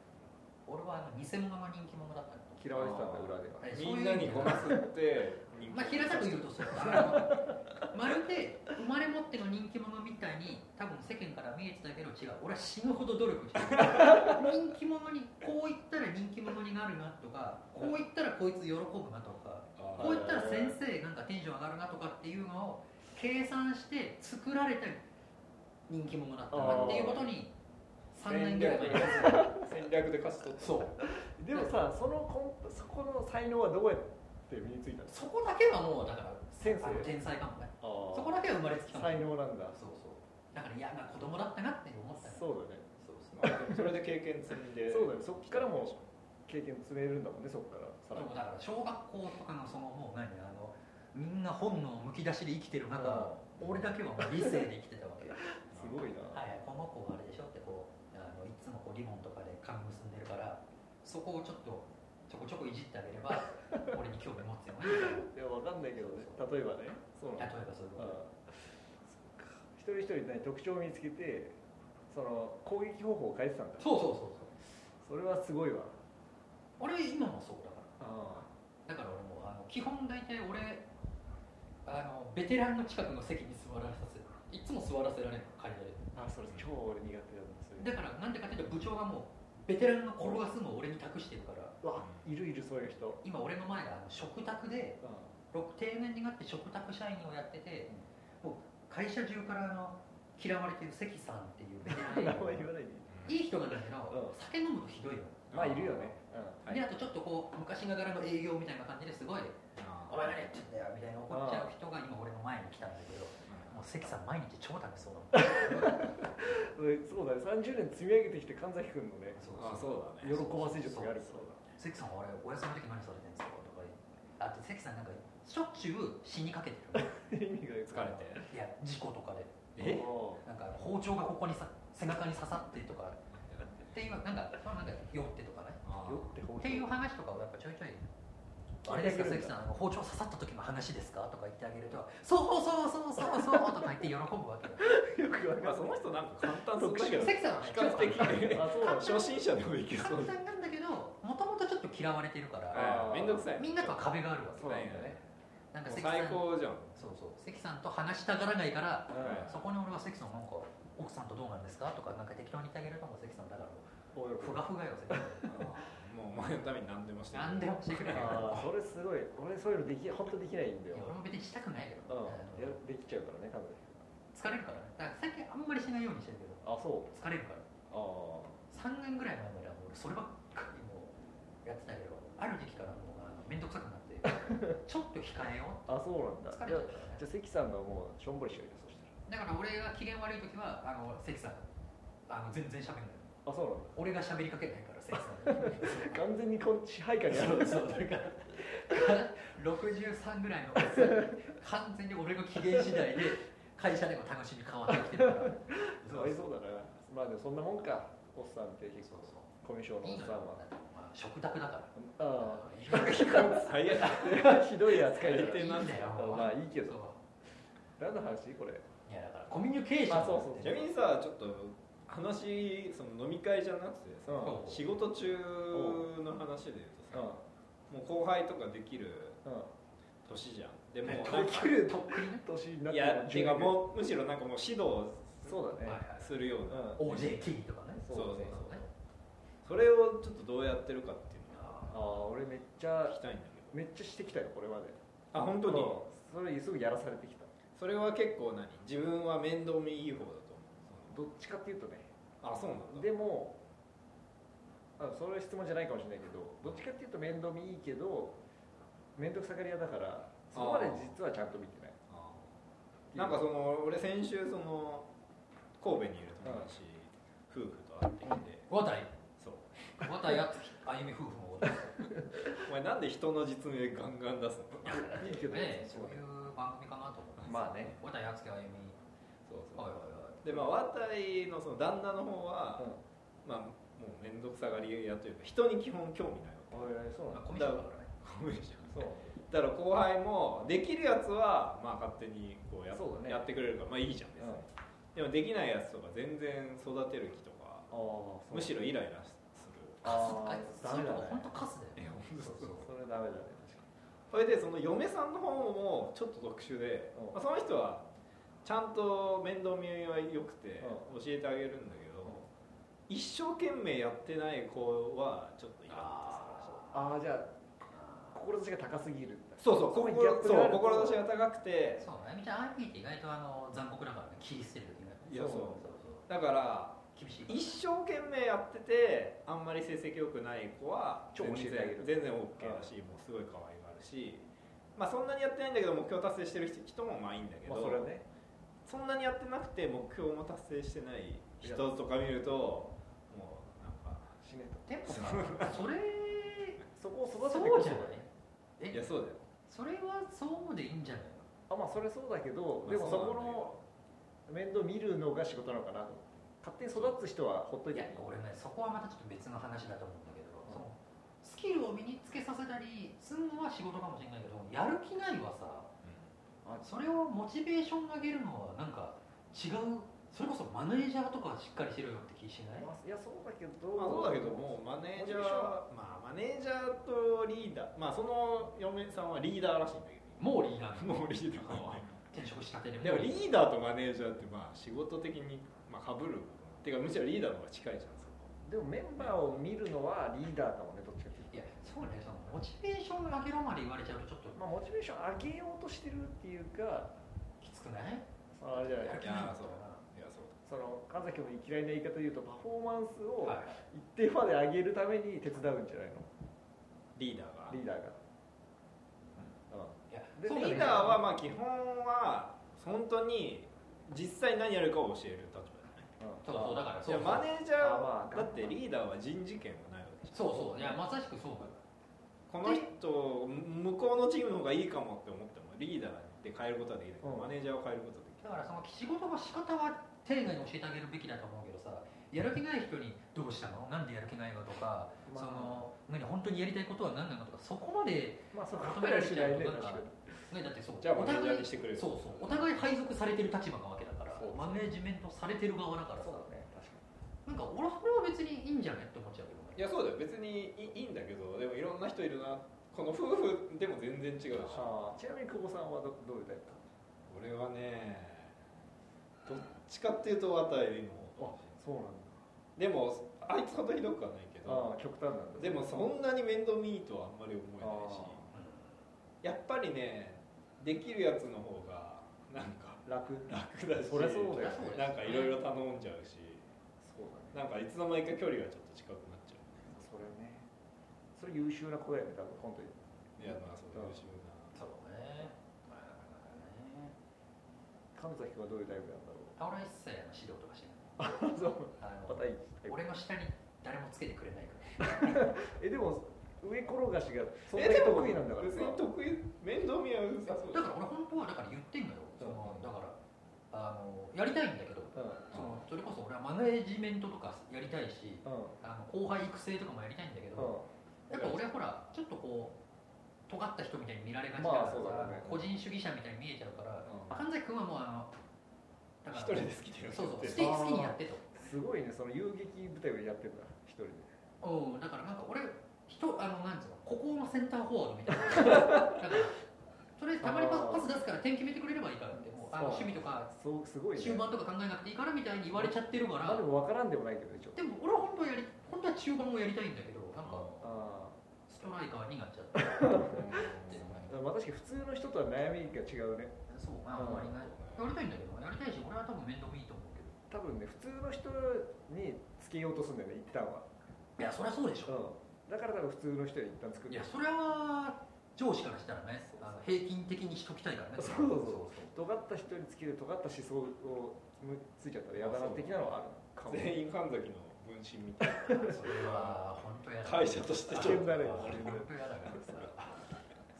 [SPEAKER 1] 俺はあの偽物が人気者だったの
[SPEAKER 2] 嫌われてたんだ裏では
[SPEAKER 1] えそういう
[SPEAKER 3] み
[SPEAKER 1] ん意
[SPEAKER 3] な
[SPEAKER 1] 味で
[SPEAKER 3] にこなすって人気
[SPEAKER 1] まあ、平たく言うとそうあ のまるで生まれ持っての人気者みたいに多分世間から見えてたけど違う俺は死ぬほど努力 してる人気者にこう言ったら人気者になるなとかこう言ったらこいつ喜ぶなとか
[SPEAKER 3] あー
[SPEAKER 1] こう言ったら先生なんかテンション上がるなとかっていうのを計算して作られた人気者だったなっていうことに3年ぐらい前に
[SPEAKER 3] 戦略で勝ち取っ た
[SPEAKER 1] そう
[SPEAKER 2] でもさそのコンそこの才能はどうやって身についたの
[SPEAKER 1] そこだけはもうだから
[SPEAKER 2] センス
[SPEAKER 1] あの天才かもね
[SPEAKER 2] あー
[SPEAKER 1] そこだけは生まれつきかもしれない
[SPEAKER 2] 才能なんだ
[SPEAKER 1] そうそうだからいやまあ子供だったなって思った
[SPEAKER 2] そうだね
[SPEAKER 3] そうですねそれで経験積んで
[SPEAKER 2] そうだねそっからも経験積めるんだもんねそっからさ
[SPEAKER 1] の
[SPEAKER 2] らに
[SPEAKER 1] でもだから小学校とかのそのもう何あのみんな本能むき出しで生きてる中、俺だけはもう理性で生きてたわけよ
[SPEAKER 2] すごいな
[SPEAKER 1] はいはいこの子はあれでしょってこうあのいつもこうリボンとかで勘結んでるからそこをちょっとちょこちょこいじってあげれ ば俺に興味持つよね
[SPEAKER 2] いやわかんないけどね例えばねそう
[SPEAKER 1] みた
[SPEAKER 2] ない
[SPEAKER 1] な
[SPEAKER 2] の
[SPEAKER 1] 例えばそういうこと
[SPEAKER 2] 一人一人ね特徴を見つけてその攻撃方法を変えてたんだ
[SPEAKER 1] そうそうそうそう
[SPEAKER 2] それはすごいわ
[SPEAKER 1] 俺今もそうだから
[SPEAKER 2] あ
[SPEAKER 1] だから俺もうあの基本大体俺あのベテランの近くの席に座らさせいつも座らせられる会社で
[SPEAKER 2] あそれ超俺苦手だなそれ
[SPEAKER 1] だからなんでかっていうと部長がもうベテランの転がすのを俺に託してるから
[SPEAKER 2] うわいるいるそういう人
[SPEAKER 1] 今俺の前があの食卓でろく定年になって食卓社員をやっててもう会社中からあの嫌われてる関さんっていうベテ
[SPEAKER 2] 名
[SPEAKER 1] ラ
[SPEAKER 2] 前
[SPEAKER 1] ン
[SPEAKER 2] 言わないでいい
[SPEAKER 1] いい人なんだけど
[SPEAKER 2] うん
[SPEAKER 1] 酒飲むとひどいの、
[SPEAKER 2] まあいるよね
[SPEAKER 3] はい
[SPEAKER 1] であとちょっとこう昔ながらの営業みたいな感じですごい「お前何やってんだよ」みたいな怒っちゃう人が今俺の前に来たんだけどもう関さん毎日超楽しそうだもん
[SPEAKER 2] うんそうだね30年積み上げてきて神崎君のね
[SPEAKER 1] そ
[SPEAKER 3] あそうだ
[SPEAKER 2] 喜
[SPEAKER 3] ね
[SPEAKER 2] ばせ術がある
[SPEAKER 1] そう関さんはあれお休みの時何されてんですかとか言ってあと関さんなんかしょっちゅう死にかけて る
[SPEAKER 2] 意味がよく
[SPEAKER 3] 疲れて
[SPEAKER 1] いや事故とかで
[SPEAKER 2] え
[SPEAKER 1] なんか包丁がここにさ背中に刺さってとかっていうなんかまあなんか酔ってとかね
[SPEAKER 3] あ
[SPEAKER 2] 酔って包
[SPEAKER 1] っ
[SPEAKER 2] 丁
[SPEAKER 1] ていう話とかをやっぱちょいちょいあれですか
[SPEAKER 2] 聞いてくる
[SPEAKER 1] 関
[SPEAKER 2] ん
[SPEAKER 1] さ
[SPEAKER 2] だ
[SPEAKER 1] んあの包丁刺さった時の話ですかとか言ってあげるとそうそうそうそうそうとか言って喜ぶわけよ
[SPEAKER 2] よくわかん
[SPEAKER 3] ま
[SPEAKER 2] ない
[SPEAKER 3] あその人なんか簡単そうだけど
[SPEAKER 1] 関さんはね
[SPEAKER 3] 比較的
[SPEAKER 1] 超簡
[SPEAKER 2] あそうだね
[SPEAKER 3] 初心者でもいけそう
[SPEAKER 1] 単簡単なんだけどもともとちょっと嫌われてるから、
[SPEAKER 2] あー
[SPEAKER 3] めんどくさい
[SPEAKER 1] みんなとは壁があるわけ
[SPEAKER 2] そうなんだね
[SPEAKER 1] なんか
[SPEAKER 3] もう
[SPEAKER 1] 関さん
[SPEAKER 3] 最高じゃん
[SPEAKER 1] そうそう関さんと話したがらないから
[SPEAKER 2] うん
[SPEAKER 1] そこに俺は関さんなんか奥さんとどうなんですかとかなんか適当に言ってあげるともう関さんだからもう
[SPEAKER 2] 大喜
[SPEAKER 1] ふ
[SPEAKER 2] び
[SPEAKER 1] がふがよ関さん
[SPEAKER 3] もうお前のために何でもして
[SPEAKER 1] 何でもしてくれる
[SPEAKER 2] あ
[SPEAKER 1] よ
[SPEAKER 2] あそれすごい俺そういうのでき本当できないんだ
[SPEAKER 1] い
[SPEAKER 2] よ
[SPEAKER 1] や俺も別にしたくないけど、あの
[SPEAKER 2] うんやできちゃうからね
[SPEAKER 1] 疲
[SPEAKER 2] 神崎
[SPEAKER 1] れるからねだから最近あんまりしないようにしてるけど
[SPEAKER 2] 君あそう
[SPEAKER 1] 疲れるから
[SPEAKER 2] あ
[SPEAKER 1] 3年ぐらい前まではもう俺そればっかりもうやってたけどある時期からもうあの面倒くさくなって ちょっと控えよう
[SPEAKER 2] ああそうなんだ
[SPEAKER 1] 疲れ
[SPEAKER 2] じ
[SPEAKER 1] ち
[SPEAKER 2] ゃ
[SPEAKER 1] ゃ
[SPEAKER 2] あ
[SPEAKER 1] うからね
[SPEAKER 2] じゃあ関さんがもうしょんぼりしてるよそした
[SPEAKER 1] だから俺が機嫌悪い時はあの関さんあの全然喋んない
[SPEAKER 2] らあそうなんだ
[SPEAKER 1] 俺が喋りかけないから関さんに
[SPEAKER 2] 完全にこう支配下にあ
[SPEAKER 1] そ
[SPEAKER 2] る
[SPEAKER 1] うそうだから63ぐらいのおっさん完全に俺の機嫌次第で会社でも楽しみ変わってきてるから
[SPEAKER 2] かわいそうだなまあでもそんなもんかおっさんって結
[SPEAKER 1] そう
[SPEAKER 2] 構
[SPEAKER 1] そう
[SPEAKER 2] コミュ障の
[SPEAKER 1] い
[SPEAKER 2] お
[SPEAKER 1] い
[SPEAKER 2] っ
[SPEAKER 1] の
[SPEAKER 2] さん
[SPEAKER 1] よ
[SPEAKER 2] は
[SPEAKER 1] だってまあ食卓だから
[SPEAKER 2] あ
[SPEAKER 1] いろいろ聞く
[SPEAKER 3] 最
[SPEAKER 2] あ
[SPEAKER 3] 悪
[SPEAKER 2] ひどい扱いだ
[SPEAKER 3] 最低なんだ
[SPEAKER 1] よ
[SPEAKER 2] まあいいけ
[SPEAKER 1] そう
[SPEAKER 2] ど何の話これ
[SPEAKER 1] いやだからコミュニケーション
[SPEAKER 2] あそうそう
[SPEAKER 3] ちなみにさちょっと話その飲み会じゃなくてさ
[SPEAKER 2] うん
[SPEAKER 3] 仕事中の話で言う
[SPEAKER 2] う
[SPEAKER 3] とさ
[SPEAKER 2] ん
[SPEAKER 3] もう後輩とかできる
[SPEAKER 2] うん
[SPEAKER 3] 年じゃんで もうなん
[SPEAKER 2] で
[SPEAKER 3] か
[SPEAKER 2] きる
[SPEAKER 1] とっくにね
[SPEAKER 2] 年になっ
[SPEAKER 3] い
[SPEAKER 2] て
[SPEAKER 3] やていうか
[SPEAKER 2] う
[SPEAKER 3] もうむしろなんかもう指導
[SPEAKER 2] そうだね
[SPEAKER 1] はいはい
[SPEAKER 3] するような、
[SPEAKER 2] うん
[SPEAKER 1] OJT とかね
[SPEAKER 2] そうだね
[SPEAKER 1] そうだね
[SPEAKER 3] それをちょっとどうやってるかっていうの
[SPEAKER 2] あ
[SPEAKER 1] あ
[SPEAKER 2] あ俺めっち
[SPEAKER 3] を
[SPEAKER 2] ゃ
[SPEAKER 3] 聞きたいんだけ
[SPEAKER 2] めっちゃしてきたよこれまで
[SPEAKER 3] どあ本当に
[SPEAKER 2] うんそれすぐやらされてきた
[SPEAKER 3] それは結構何自分は面倒見いい方だと思う
[SPEAKER 2] どっちかっていうとね
[SPEAKER 3] そのあそうなんだ
[SPEAKER 2] でもあそれは質問じゃないかもしれないけどどっちかっていうと面倒見いいけど面倒くさがり屋だからそこまで実はちゃんと見てない
[SPEAKER 3] あーなんかその俺先週その神戸にいる友達、夫婦と会ってきて
[SPEAKER 1] あ綿井
[SPEAKER 3] そう
[SPEAKER 1] 綿井敦樹あゆみ夫婦もね
[SPEAKER 3] お前なんで人の実名ガンガン出すの
[SPEAKER 2] いいけどね
[SPEAKER 1] そういう番組かなと思って
[SPEAKER 2] まあね
[SPEAKER 1] 綿井敦樹あゆみ
[SPEAKER 3] そう
[SPEAKER 1] はい
[SPEAKER 3] そう
[SPEAKER 1] はいはい
[SPEAKER 3] でまあ綿井のその旦那の方
[SPEAKER 2] うん
[SPEAKER 3] は、
[SPEAKER 2] あ
[SPEAKER 3] まあもう面倒くさがり屋というか人に基本興味ないわ
[SPEAKER 2] 俺そう
[SPEAKER 1] ま
[SPEAKER 2] な
[SPEAKER 1] あ
[SPEAKER 2] の
[SPEAKER 1] コミュ障だからね
[SPEAKER 3] けごめんじゃん
[SPEAKER 2] そう
[SPEAKER 3] だから後輩もできるやつはまあ勝手にこうや
[SPEAKER 2] そうだね
[SPEAKER 3] やってくれるからまあいいじゃん別に、
[SPEAKER 2] うん
[SPEAKER 3] でもできないやつとか全然育てる気とか
[SPEAKER 2] ああ
[SPEAKER 3] むしろイライラす
[SPEAKER 2] あ
[SPEAKER 1] カスあいつ
[SPEAKER 2] ー
[SPEAKER 1] そういうとこ
[SPEAKER 2] ダメだね
[SPEAKER 1] 本当カスだよ
[SPEAKER 3] るいや本当そう
[SPEAKER 2] それダメだね
[SPEAKER 3] それでその嫁さんの方もちょっと特殊で、
[SPEAKER 2] うん
[SPEAKER 3] まあ、その人はちゃんと面倒見は良くて教えてあげるんだけど、一生懸命やってない子はちょっとイラッ
[SPEAKER 2] 確かにああじゃあ志が高すぎるんだ
[SPEAKER 3] とするそうそう
[SPEAKER 2] ここにギ
[SPEAKER 3] 心
[SPEAKER 2] ャップ
[SPEAKER 3] そ
[SPEAKER 2] があ
[SPEAKER 3] う
[SPEAKER 2] ると
[SPEAKER 3] 志が高くて
[SPEAKER 1] そうあゆみちゃん IP って意外とあの残酷だからね切り捨てる時が
[SPEAKER 3] いやそ
[SPEAKER 1] そう
[SPEAKER 3] う
[SPEAKER 1] そう
[SPEAKER 3] だから
[SPEAKER 1] 厳 しいから
[SPEAKER 3] 一生懸命やっててあんまり成績良くない子は
[SPEAKER 2] 超教えてあげる
[SPEAKER 3] 全然 OK だしもうすごい可愛がるしまあそんなにやってないんだけど目標達成してる人もまあいいんだけど、
[SPEAKER 2] まあそれはね
[SPEAKER 3] そんなにやってなくて目標も達成してない人とか見るともうなんか
[SPEAKER 2] 死ね
[SPEAKER 1] でもさそれ
[SPEAKER 2] とそこを育てて
[SPEAKER 1] そうじゃないえ
[SPEAKER 3] いやそうだよ
[SPEAKER 1] それはそうでいいんじゃない
[SPEAKER 2] あまあそれそうだけど
[SPEAKER 3] まあ
[SPEAKER 2] でもそ
[SPEAKER 3] そうなん
[SPEAKER 2] こ
[SPEAKER 3] だけ
[SPEAKER 2] の面
[SPEAKER 3] ど
[SPEAKER 2] 倒見るのが仕事なのかなと思って勝手に育つ人はほっとい
[SPEAKER 1] い
[SPEAKER 2] て
[SPEAKER 1] や
[SPEAKER 2] もい
[SPEAKER 1] 俺
[SPEAKER 2] い
[SPEAKER 1] ねそこはまたちょっと別の話だと思うんだけど、そのスキルを身につけさせたりすんのは仕事かもしれないけどやる気ないはさそれをモチベーション上げるのはなんか違うそれこそマネージャーとかはしっかりしろよって気しない
[SPEAKER 2] まあいやそうだけど、
[SPEAKER 3] まあそうだけどもうマネージャーまあマネージャーとリーダーまあその嫁さんはリーダーらしいんだけど
[SPEAKER 1] もうリーダー
[SPEAKER 3] もうリーダー
[SPEAKER 1] 転職したてで
[SPEAKER 3] でもリーダーとマネージャーってまあ仕事的にまあ被るっていうかむしろリーダーの方が近いじゃんそこ
[SPEAKER 2] でもメンバーを見るのはリーダーかもねどっちかっていう
[SPEAKER 1] いやそうねそのモチベーション上げろまで言われちゃうとちょっと
[SPEAKER 2] とまあモチベーション上げようとしてるっていうか
[SPEAKER 1] きつくない
[SPEAKER 2] そのあれじゃない
[SPEAKER 1] やる気ない
[SPEAKER 3] や
[SPEAKER 1] んだ
[SPEAKER 3] そう
[SPEAKER 1] から
[SPEAKER 3] いやそう
[SPEAKER 2] その神崎の嫌いな言い方で言うとパフォーマンスを
[SPEAKER 1] はい
[SPEAKER 2] 一定まで上げるために手伝うんじゃないの
[SPEAKER 3] リーダーが
[SPEAKER 2] リーダーが、
[SPEAKER 1] い
[SPEAKER 2] うん
[SPEAKER 1] や
[SPEAKER 2] で
[SPEAKER 1] そうだね
[SPEAKER 3] リーダーはまあ基本は本当に実際何やるかを教える立場じゃない
[SPEAKER 1] そうそうだから
[SPEAKER 3] い
[SPEAKER 1] そう
[SPEAKER 3] や
[SPEAKER 1] そう
[SPEAKER 3] マネージャ
[SPEAKER 2] あまあ
[SPEAKER 3] ーだってリーダーは人事権がないわけじゃん
[SPEAKER 1] そうそういやまさしくそうだよ
[SPEAKER 3] この人向こうのチームの方がいいかもって思ってもリーダーで変えることはできないけど、
[SPEAKER 2] うん
[SPEAKER 3] マネージャーを変えることはでき
[SPEAKER 1] だ
[SPEAKER 3] ない
[SPEAKER 1] からその仕事の仕方は丁寧に教えてあげるべきだと思うけどさやる気ない人にどうしたのなんでやる気ないのとか、
[SPEAKER 2] まあ
[SPEAKER 1] その何本当にやりたいことは何なのとかそこまで、
[SPEAKER 2] まあそこからしないね
[SPEAKER 1] なん
[SPEAKER 2] 確
[SPEAKER 1] か
[SPEAKER 2] か
[SPEAKER 1] ね、
[SPEAKER 2] に
[SPEAKER 1] だってそう
[SPEAKER 3] じゃあ
[SPEAKER 1] お
[SPEAKER 3] マネー
[SPEAKER 1] 互い
[SPEAKER 3] ジャーにしてくれる
[SPEAKER 1] そうそうお互い配属されてる立場なわけだから
[SPEAKER 2] そうそう
[SPEAKER 1] マネージメントされてる側だからさ
[SPEAKER 2] そうだね確か
[SPEAKER 1] なんか俺はそれは別にいいんじゃないって思っちゃうけどね
[SPEAKER 3] いやそうだよ別にいいいいんだけどでもいろんな人いるなこの夫婦でも全然
[SPEAKER 2] に
[SPEAKER 3] 違うでしょ
[SPEAKER 2] あーちなみに久保さんはどどういうタイプ
[SPEAKER 3] 俺はねどっちかっていうと綿よりも
[SPEAKER 2] そうなんだ
[SPEAKER 3] でもあいつほどひどくはないけ
[SPEAKER 2] ああ
[SPEAKER 3] ど
[SPEAKER 2] 極端なんだ
[SPEAKER 3] でもそんなに面倒見いいとはあんまり思えないし
[SPEAKER 2] あ
[SPEAKER 3] やっぱりねできるやつの方がなんか
[SPEAKER 2] ー楽
[SPEAKER 3] 楽だし
[SPEAKER 2] そりゃそうだよ
[SPEAKER 1] そりゃそうだよ
[SPEAKER 3] なんかいろいろ頼んじゃうし
[SPEAKER 2] そうだね
[SPEAKER 3] なんかいつの間にか距離がちょっと近くなっちゃ
[SPEAKER 2] それねそれ優秀な子やね多分本当に
[SPEAKER 3] ういやまあそういうしな
[SPEAKER 1] そうねまあなかなかね
[SPEAKER 2] 神崎君はどういうタイプな
[SPEAKER 1] 俺は一切あの指導とかしない
[SPEAKER 2] んだろうそう
[SPEAKER 1] あ
[SPEAKER 2] ま
[SPEAKER 1] の
[SPEAKER 2] たいいタイ プ
[SPEAKER 1] 俺の下に誰もつけてくれないから
[SPEAKER 2] えでも上転がしがそんな
[SPEAKER 3] え
[SPEAKER 2] に
[SPEAKER 3] でも
[SPEAKER 2] 得意なんだから
[SPEAKER 3] 別に
[SPEAKER 2] さ
[SPEAKER 3] 得意面倒見はうさそう
[SPEAKER 1] だから俺本当はだから言ってんのよそのだからあのやりたいんだけど
[SPEAKER 2] うん
[SPEAKER 1] そのそれこそ俺はマネージメントとかやりたいし
[SPEAKER 2] うん
[SPEAKER 1] あの後輩育成とかもやりたいんだけど、やっぱ俺はほらちょっとこう尖った人みたいに見られがちだからさ、
[SPEAKER 2] まあそうだね
[SPEAKER 1] 個人主義者みたいに見えちゃうから、
[SPEAKER 3] うん
[SPEAKER 1] 神崎君はもうあのだ
[SPEAKER 3] 一
[SPEAKER 1] から
[SPEAKER 3] 人で好きでやって
[SPEAKER 1] そうそう好
[SPEAKER 3] る
[SPEAKER 1] き好きにやってと
[SPEAKER 2] すごいねその遊撃舞台をやってるな一人で
[SPEAKER 1] うんだからなんか俺人あのなんつうのここのセンターフォワードみたいな だからそれたまにパスパス出すから点決めてくれればいいからってもうあの
[SPEAKER 2] そう
[SPEAKER 1] 趣味とか
[SPEAKER 2] そうすごいね
[SPEAKER 1] 中盤とか考えなくていいからみたいに言われちゃってるか
[SPEAKER 2] まあ
[SPEAKER 1] ら
[SPEAKER 2] でも分からんでもないけどねちょっと
[SPEAKER 1] でも俺は本当はやり本当は中盤をやりたいんだけどなんか
[SPEAKER 2] あ
[SPEAKER 1] ストライカーになっちゃって
[SPEAKER 2] あだからまあ確かに普通の人とは悩みが違うね
[SPEAKER 1] そうまああんまりないやりたいんだけどやりたいし俺は多分面倒見いいと思うけど
[SPEAKER 2] 多分ね普通の人につけようとするんだよね一旦はい
[SPEAKER 1] やそりゃそうでしょ
[SPEAKER 2] うんだから多分普通の人に一旦作
[SPEAKER 1] い
[SPEAKER 2] る
[SPEAKER 1] やそれは上司からしたらねあの平均的にしときたいからね
[SPEAKER 2] そうそうそう
[SPEAKER 1] そう
[SPEAKER 2] 尖った人につける尖った思想をついちゃったらやだな的なのはあるかも
[SPEAKER 3] 全員神崎の分身みたい
[SPEAKER 1] それは本当や
[SPEAKER 3] な
[SPEAKER 1] だ
[SPEAKER 3] 会社としてちょっ
[SPEAKER 2] 危険だね
[SPEAKER 1] 本当やだからさ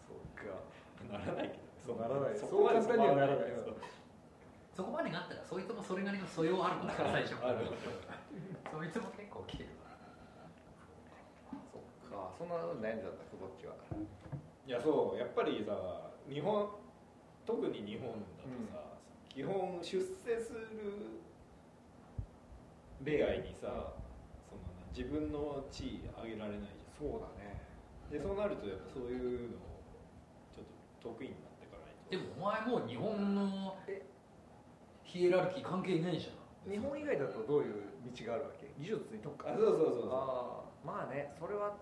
[SPEAKER 2] そうか
[SPEAKER 3] とならないけど
[SPEAKER 2] そうならない
[SPEAKER 3] そ
[SPEAKER 2] そ
[SPEAKER 3] こ
[SPEAKER 2] う
[SPEAKER 3] まで
[SPEAKER 2] 簡単にはならない
[SPEAKER 3] そう
[SPEAKER 1] そこまでなったらそいつもそれなりの素養あるから最初から
[SPEAKER 3] ある
[SPEAKER 1] そいつも結構来てるから
[SPEAKER 2] そっかそんなの悩んでたんだ久保っちはい
[SPEAKER 3] やそうやっぱりさ日本特に日本だとさ、基本出世する例外にさ、その自分の地位上げられないじ
[SPEAKER 2] そうだね
[SPEAKER 3] ゃんでそうなるとやっぱそういうのちょっと得意になってかないと
[SPEAKER 1] でもお前もう日本のヒエラルキー関係ないじゃ
[SPEAKER 2] 日本以外だとどういう道があるわけ技術に特化
[SPEAKER 3] あそうそうそうそう
[SPEAKER 2] あーまあねそれは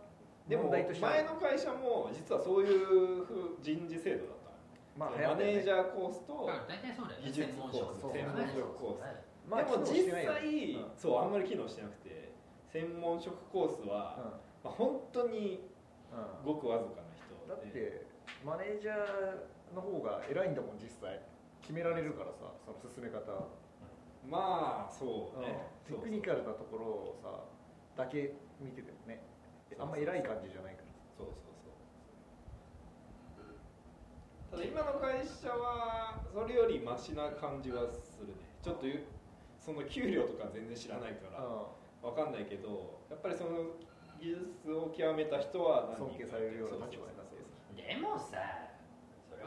[SPEAKER 3] でも
[SPEAKER 2] 問題としては
[SPEAKER 3] 前の会社も実はそういう風人事制度だった
[SPEAKER 2] まあ
[SPEAKER 3] の、
[SPEAKER 2] 流行
[SPEAKER 3] マ
[SPEAKER 2] って
[SPEAKER 3] ネ
[SPEAKER 2] るね
[SPEAKER 3] ージャーコースと、
[SPEAKER 1] んだから大体そうだよね
[SPEAKER 3] 技術
[SPEAKER 1] 専門職
[SPEAKER 2] コ
[SPEAKER 1] 専門職
[SPEAKER 2] ース
[SPEAKER 3] コース
[SPEAKER 1] はい
[SPEAKER 2] まあ
[SPEAKER 3] で
[SPEAKER 2] 機
[SPEAKER 3] も
[SPEAKER 2] 能
[SPEAKER 3] 実
[SPEAKER 2] してない
[SPEAKER 3] 際
[SPEAKER 2] よねうん
[SPEAKER 3] そうあんまり機能してなくて専門職コースは、まあ、本当に
[SPEAKER 2] うんうん
[SPEAKER 3] ごくわずかな人
[SPEAKER 2] だっ
[SPEAKER 3] で
[SPEAKER 2] てマネージャーの方が偉いんだもん実際決められるからさその進め方、
[SPEAKER 3] まあそうね、
[SPEAKER 2] テクニカルなところをさだけ見ててもねあんま偉い感じじゃないから
[SPEAKER 3] そうそうそうただ今の会社はそれよりマシな感じはするねちょっとゆその給料とか全然知らないから
[SPEAKER 2] う
[SPEAKER 3] わかんないけどやっぱりその技術を極めた人は何人か
[SPEAKER 2] 尊敬されるような立
[SPEAKER 3] そそ
[SPEAKER 2] 場
[SPEAKER 3] そ
[SPEAKER 2] に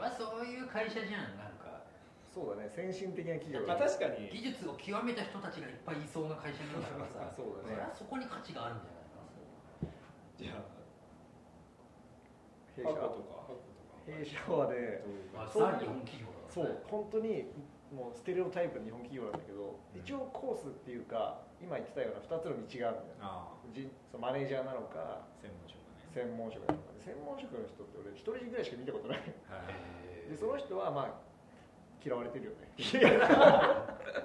[SPEAKER 1] でもさそれ
[SPEAKER 2] なってる
[SPEAKER 1] はそういう会社じゃんなんか
[SPEAKER 2] んそうだね先進的な企業
[SPEAKER 3] まあ確かに
[SPEAKER 1] 技術を極めた人たちがいっぱいいそうな会社なんだからさ
[SPEAKER 2] そうだね
[SPEAKER 1] れはそこに価値があるんじゃないかな
[SPEAKER 3] じゃあ
[SPEAKER 2] 弊
[SPEAKER 3] ハコと
[SPEAKER 2] 社
[SPEAKER 3] かハコとか
[SPEAKER 2] 弊社はね
[SPEAKER 3] どういう
[SPEAKER 1] まあ、
[SPEAKER 3] 感じ
[SPEAKER 1] ザ日本企業だ
[SPEAKER 2] そう本当にもうステレオタイプの日本企業なんだけど、
[SPEAKER 3] うん
[SPEAKER 2] 一応コースっていうか今言ってたような2つの道があるんだよ
[SPEAKER 3] ああ
[SPEAKER 2] じそのマネージャーなのか
[SPEAKER 3] 専門職だ
[SPEAKER 2] 専門職な
[SPEAKER 3] ね
[SPEAKER 2] のか専門職の人って俺一人ぐらいしか見たことない
[SPEAKER 3] はい
[SPEAKER 2] でその人はまあ嫌われてるよねだ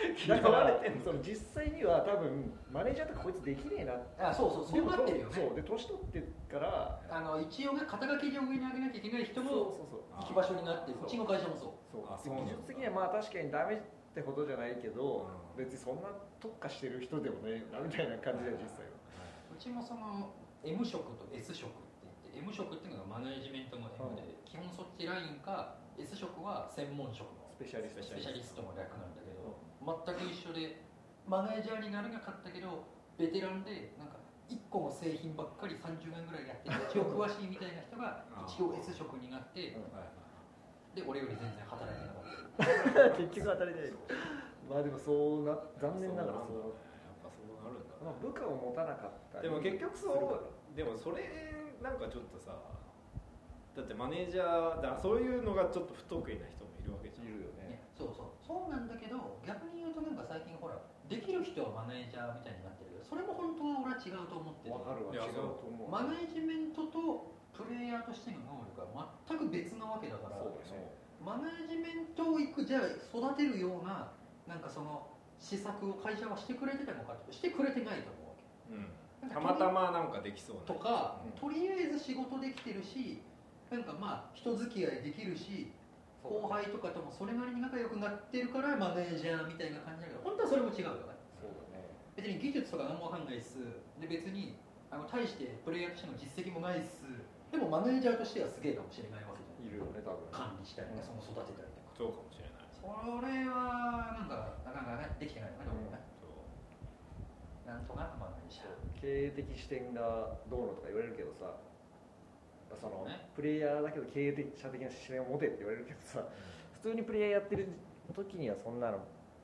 [SPEAKER 3] 嫌
[SPEAKER 2] か
[SPEAKER 3] われ
[SPEAKER 2] ら
[SPEAKER 3] てん の
[SPEAKER 2] その実際には多分マネージャーとかこいつできねえなって
[SPEAKER 1] あそうそうそうなってるよ
[SPEAKER 2] でも
[SPEAKER 1] ね
[SPEAKER 2] そうで年取ってから
[SPEAKER 1] あの一応が肩書きで上に上げなきゃいけない人
[SPEAKER 2] そう
[SPEAKER 1] も
[SPEAKER 2] そうそう
[SPEAKER 1] 行き場所になってる
[SPEAKER 2] そう
[SPEAKER 1] うちの会社もそう
[SPEAKER 2] そう
[SPEAKER 3] あそうなんだ
[SPEAKER 2] 技術的にはまあ確かにダメってほどじゃないけど、
[SPEAKER 3] うん
[SPEAKER 2] 別にそんな特化してる人でもねえよなみたいな感じだよ実際は
[SPEAKER 1] うちもその M 職と S 職って言って M 職っていうのがマネージメントの M で、基本そっちラインか S 職は専門職の
[SPEAKER 2] スペシャリスト
[SPEAKER 1] スペシャリストの略なんだけど、全く一緒でマネージャーになれなかったけどベテランでなんか1個の製品ばっかり30年ぐらいやって 一応詳しいみたいな人が
[SPEAKER 3] あー
[SPEAKER 1] 一応 S 職になって
[SPEAKER 2] うん
[SPEAKER 3] はい
[SPEAKER 1] で俺より全然働いてなかった
[SPEAKER 2] 結局当たり前まあでもそうな残念ながらそう
[SPEAKER 3] そう
[SPEAKER 2] な
[SPEAKER 3] なんだやっぱそうなるんだ
[SPEAKER 2] まあ、部下を持たなかった
[SPEAKER 3] で
[SPEAKER 2] り
[SPEAKER 3] も結局
[SPEAKER 2] するか
[SPEAKER 3] そうでもそれなんかちょっとさだってマネージャーだそういうのがちょっと不得意な人もいるわけじゃ
[SPEAKER 2] らい
[SPEAKER 3] ん
[SPEAKER 2] るよね
[SPEAKER 1] ねそうそうそうなんだけど逆に言うとなんか最近ほらできる人はマネージャーみたいになってるけどそれも本当は俺は違うと思ってる
[SPEAKER 2] わかるわ
[SPEAKER 3] いや
[SPEAKER 2] 違うと思う
[SPEAKER 1] マネージメントとプレイヤーとしての能力は全く別なわけだから
[SPEAKER 2] そうだね
[SPEAKER 1] マネージメントをいくじゃあ育てるようななんかその施策を会社はしてくれてたのかってしてくれてないと思うわけ
[SPEAKER 3] うんたまたまなんかできそうな
[SPEAKER 1] とか、
[SPEAKER 2] うん
[SPEAKER 1] とりあえず仕事できてるしなんかまあ人付き合いできるし後輩とかともそれなりに仲良くなってるからマネージャーみたいな感じだけど本当はそれも違うよね
[SPEAKER 2] そうだね
[SPEAKER 1] 別に技術とか何もわかんないっすで別にあの大してプレイヤーとしての実績もないっすでもマネージャーとしてはすげえかもしれないわけじゃん
[SPEAKER 2] いるよね多分
[SPEAKER 1] 管理したりとかその育てたりとか
[SPEAKER 3] そうかもしれない
[SPEAKER 1] それはなんかなかなかねできてないよねどうもね
[SPEAKER 3] そう
[SPEAKER 1] なんとなくマネージャー
[SPEAKER 2] 経営的視点がどうのとか言われるけどさその
[SPEAKER 1] ね
[SPEAKER 2] プレイヤーだけど経営者的な視点を持てって言われるけどさ普通にプレイヤーやってる時にはそんなの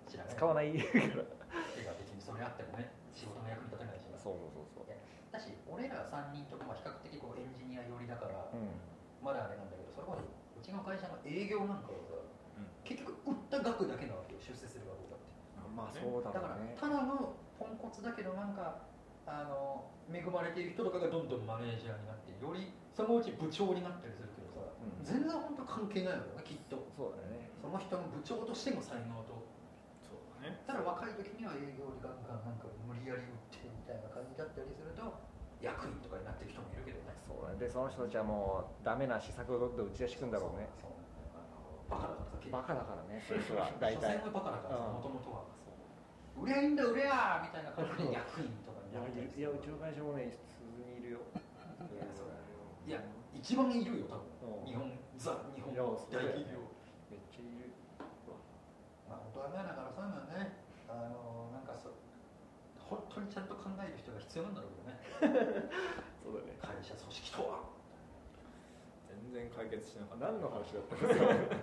[SPEAKER 1] 知らない
[SPEAKER 2] 使わないから
[SPEAKER 1] てか別にそれあってもね仕事の役に立たないし
[SPEAKER 2] そうそうそう
[SPEAKER 1] だし俺ら3人とも比較的こうエンジニア寄りだから
[SPEAKER 2] うん
[SPEAKER 1] まだあれなんだけどそれこそうちの会社の営業なんかはさ
[SPEAKER 3] うん
[SPEAKER 1] 結局売った額だけなわけよ出世するかどうかって
[SPEAKER 2] まあ
[SPEAKER 3] ね
[SPEAKER 2] そうだ
[SPEAKER 1] だ
[SPEAKER 2] ろ
[SPEAKER 1] か
[SPEAKER 2] う
[SPEAKER 1] ら
[SPEAKER 2] ね
[SPEAKER 1] ただのポンコツだけどなんかあの恵まれている人とかがどんどんマネージャーになってよりそのうち部長になったりするけどさ、
[SPEAKER 2] うん
[SPEAKER 1] 全然本当関係ないよねきっと
[SPEAKER 2] そうだね
[SPEAKER 1] その人の部長としての才能と
[SPEAKER 3] そうだね
[SPEAKER 1] ただ若い時には営業でガンガンなんか無理やり売ってみたいな感じだったりすると役員とかになってる人もいるけどね
[SPEAKER 2] そうだねでその人たちはもうダメな施策を取って打ち出してくんだろうね
[SPEAKER 1] そうあのバカだからさ結
[SPEAKER 2] バカだからねそういう人 は大
[SPEAKER 1] 所詮
[SPEAKER 2] 体
[SPEAKER 1] はバカだからさ
[SPEAKER 2] う
[SPEAKER 1] も
[SPEAKER 2] ん
[SPEAKER 1] ともとは売りゃいいんだ売りゃーみたいな感じで役員とかに
[SPEAKER 2] い
[SPEAKER 1] なっ
[SPEAKER 2] や
[SPEAKER 1] たり
[SPEAKER 2] い
[SPEAKER 1] す
[SPEAKER 2] るいや
[SPEAKER 1] る
[SPEAKER 2] うちの会社もね普通にいるよ
[SPEAKER 1] いやそうだいや一番いるよ多
[SPEAKER 2] うん
[SPEAKER 1] 分日本ザ日本
[SPEAKER 2] いや
[SPEAKER 1] 大
[SPEAKER 2] そうだよね
[SPEAKER 1] 企業
[SPEAKER 2] めっちゃいる
[SPEAKER 1] まあ大人だからそうなんだねあのなんかそう本当にちゃんと考える人が必要なんだろうけどね
[SPEAKER 2] そうだね
[SPEAKER 1] 会社組織とは
[SPEAKER 3] 全然解決しなかった
[SPEAKER 2] 何の話だった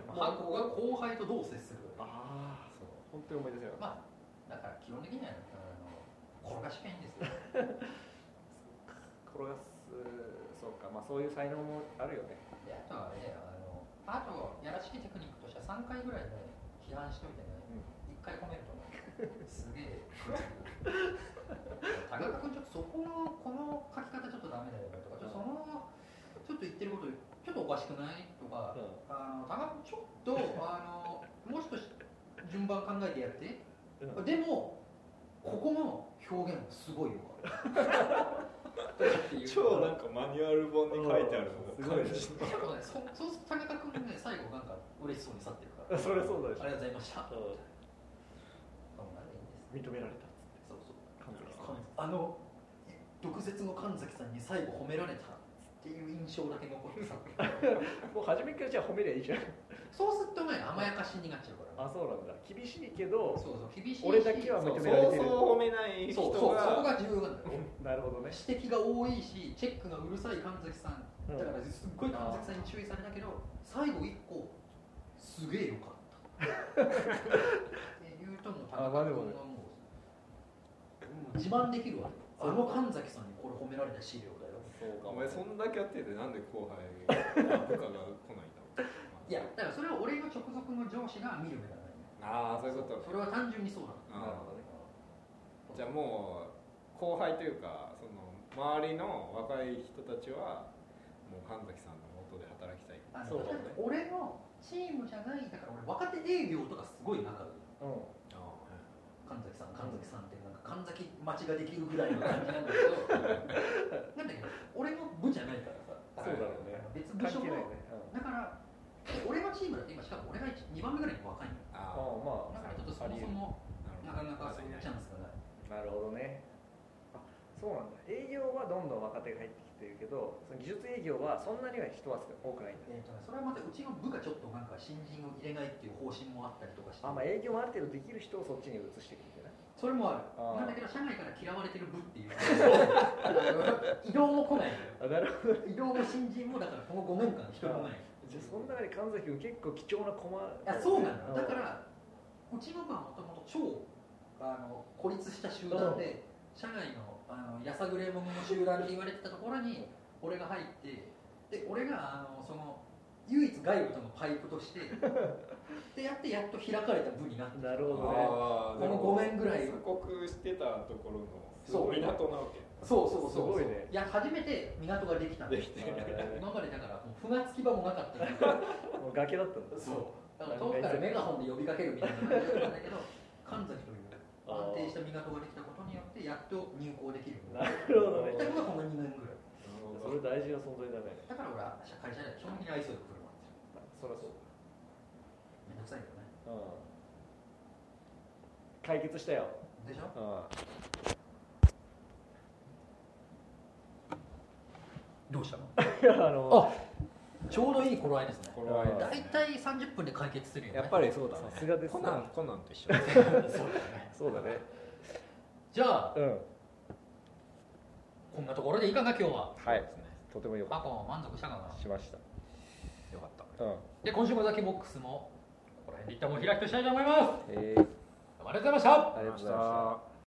[SPEAKER 2] の
[SPEAKER 1] まあ後が後輩とどう接するか
[SPEAKER 2] ああ
[SPEAKER 3] そう
[SPEAKER 2] 本当に思い出せなかった
[SPEAKER 1] まあだから基本的にはあの転がしがいいんですよ
[SPEAKER 2] 転がすそうかまあそういう才能もあるよね
[SPEAKER 1] であとはねあのあとやらしきテクニックとしては3回ぐらいね批判しておいてね一回褒めるとねすげえ高岡君ちょっとそこのこの書き方ちょっとダメだよとかちょっとそのちょっと言ってることちょっとおかしくないとか、あの高岡君ちょっとあのもう少し順番考えてやって、
[SPEAKER 2] うん
[SPEAKER 1] でもここの表現すごいよ っていう
[SPEAKER 3] 超なんかマニュアル本に書いてあるの
[SPEAKER 2] うんすごいね
[SPEAKER 3] 感じの
[SPEAKER 1] しかもねそそうすると田中君ね最後なんか嬉しそうに去ってるから
[SPEAKER 2] それはそうだ
[SPEAKER 1] り
[SPEAKER 2] し
[SPEAKER 1] がとうございました
[SPEAKER 2] う
[SPEAKER 1] そんなんでいいんです
[SPEAKER 2] ん認められた
[SPEAKER 1] そうそう
[SPEAKER 2] 神崎さん
[SPEAKER 1] あの毒舌の神崎さんに最後褒められたっていう印象だけ残ってた
[SPEAKER 2] もう初めからじゃあ褒めりゃいいじゃん
[SPEAKER 1] そうするとね甘やかしになっちゃうから
[SPEAKER 2] あそうなんだ厳しいけど
[SPEAKER 1] そうそう厳しいし
[SPEAKER 2] 俺だけは
[SPEAKER 1] そう
[SPEAKER 2] 認
[SPEAKER 3] そう
[SPEAKER 2] められてる
[SPEAKER 3] そ
[SPEAKER 1] そ
[SPEAKER 3] う褒めない人
[SPEAKER 1] うそうそこ
[SPEAKER 3] が
[SPEAKER 1] が重要なんだよ
[SPEAKER 2] なるほどね
[SPEAKER 1] 指摘が多いしチェックがうるさい神崎さん
[SPEAKER 2] うん
[SPEAKER 1] だからすっごい神崎さんに注意されたけど最後一個すげえよかったって言うともう
[SPEAKER 2] あまあでもね
[SPEAKER 1] もう自慢できるわあの神崎さんにこれ褒められた資料だよ
[SPEAKER 2] そうか
[SPEAKER 3] お
[SPEAKER 2] も
[SPEAKER 3] 前そんだけやっててなんで後輩が部下が来ないんだろう
[SPEAKER 1] いやだからそれは俺の直属の上司が見る目がない
[SPEAKER 3] ああそういうこと
[SPEAKER 1] それは単純にそうだ
[SPEAKER 3] あー
[SPEAKER 2] なるほどね
[SPEAKER 3] じゃあもう後輩というかその周りの若い人たちはもう神崎さんの元で働きたい
[SPEAKER 1] あの
[SPEAKER 2] そうだね
[SPEAKER 1] 俺のチームじゃないだから俺若手営業とかすごい仲がいい
[SPEAKER 2] うん
[SPEAKER 3] あ
[SPEAKER 1] 神崎さん神崎さんってなんか神崎待ちができるぐらいの感じなんだけどなんだけど俺の部じゃないからさ
[SPEAKER 2] そうだろうね
[SPEAKER 1] 別部
[SPEAKER 2] 関
[SPEAKER 1] 署
[SPEAKER 2] 係ないね
[SPEAKER 1] のだから俺のチームだって今しかも俺が2番目ぐらいに若いのよ
[SPEAKER 2] あ
[SPEAKER 3] あ
[SPEAKER 1] だ
[SPEAKER 2] あま
[SPEAKER 3] あ
[SPEAKER 1] からちょっとそ
[SPEAKER 2] ああ
[SPEAKER 1] もそ
[SPEAKER 2] りえる
[SPEAKER 1] も
[SPEAKER 3] あ
[SPEAKER 1] なかなかそういうチャンスがない
[SPEAKER 2] なるほどねあそうなんだ営業はどんどん若手が入ってきてるけどその技術営業はそんなには人は多くないんだ
[SPEAKER 1] えーとねそれはまたうちの部がちょっとなんか新人を入れないっていう方針もあったりとかして
[SPEAKER 2] あまあ営業もある程度できる人をそっちに移していくみたいな
[SPEAKER 1] それもある
[SPEAKER 2] あー
[SPEAKER 1] なんだけど社内から嫌われてる部ってい う移動も来ない
[SPEAKER 2] あなるほど
[SPEAKER 1] 移動も新人もだからこの5年間一人もない
[SPEAKER 2] じゃあその中で神崎君結構貴重な駒
[SPEAKER 1] いやそうなの
[SPEAKER 2] ん
[SPEAKER 1] だからうちの部はもともと超あの孤立した集団で社内のあのやさぐれ者の集団って言われてたところに俺が入ってで俺があのその唯一外部とのパイプと してでやってやっと開かれた部になって
[SPEAKER 2] なるほどね
[SPEAKER 3] あ
[SPEAKER 1] この五年ぐらい
[SPEAKER 3] 鎖国してたところの
[SPEAKER 1] そう
[SPEAKER 3] 港なわけ
[SPEAKER 1] そうそうそう
[SPEAKER 2] すごいね
[SPEAKER 1] いや初めて港ができたん
[SPEAKER 3] で
[SPEAKER 1] で
[SPEAKER 3] きて
[SPEAKER 1] 今までだからもう船着き場もなかったから
[SPEAKER 2] もう崖だったんだ
[SPEAKER 1] そうだから遠くからメガホンで呼びかけるみたいな感じだったんだけど神崎という安定した港ができたことによってやっと入港できるように
[SPEAKER 2] な
[SPEAKER 1] なっ
[SPEAKER 2] るほどね
[SPEAKER 1] たのがこの2年ぐらい
[SPEAKER 2] それ大事な存在だね
[SPEAKER 1] だから俺は会社で基本的に愛想よく車なんですよ
[SPEAKER 2] そりゃそう
[SPEAKER 1] めんどくさいけどね
[SPEAKER 2] うん解決したよ
[SPEAKER 1] でしょ
[SPEAKER 2] う
[SPEAKER 1] どうしたの
[SPEAKER 2] んい やあの
[SPEAKER 1] ちょうどいい頃合いですね
[SPEAKER 3] これはいいです
[SPEAKER 1] 大
[SPEAKER 3] ね
[SPEAKER 1] 体30分で解決するよね
[SPEAKER 3] やっぱりそうだね
[SPEAKER 2] さすがです
[SPEAKER 3] コ
[SPEAKER 2] ね
[SPEAKER 3] ナンコナンと一緒だね
[SPEAKER 1] そうだね
[SPEAKER 2] そうだね
[SPEAKER 1] じゃあ
[SPEAKER 2] うん
[SPEAKER 1] こんなところでいいかな今日は
[SPEAKER 2] はいとてもよか
[SPEAKER 1] パコも満足したかな
[SPEAKER 2] ったしました
[SPEAKER 3] よかった
[SPEAKER 2] うん
[SPEAKER 1] で今週もザキボックスもここら辺で一旦お開きとしたいと思います
[SPEAKER 2] えー
[SPEAKER 1] どうもありがとうございました
[SPEAKER 2] ありがとうございました
[SPEAKER 3] た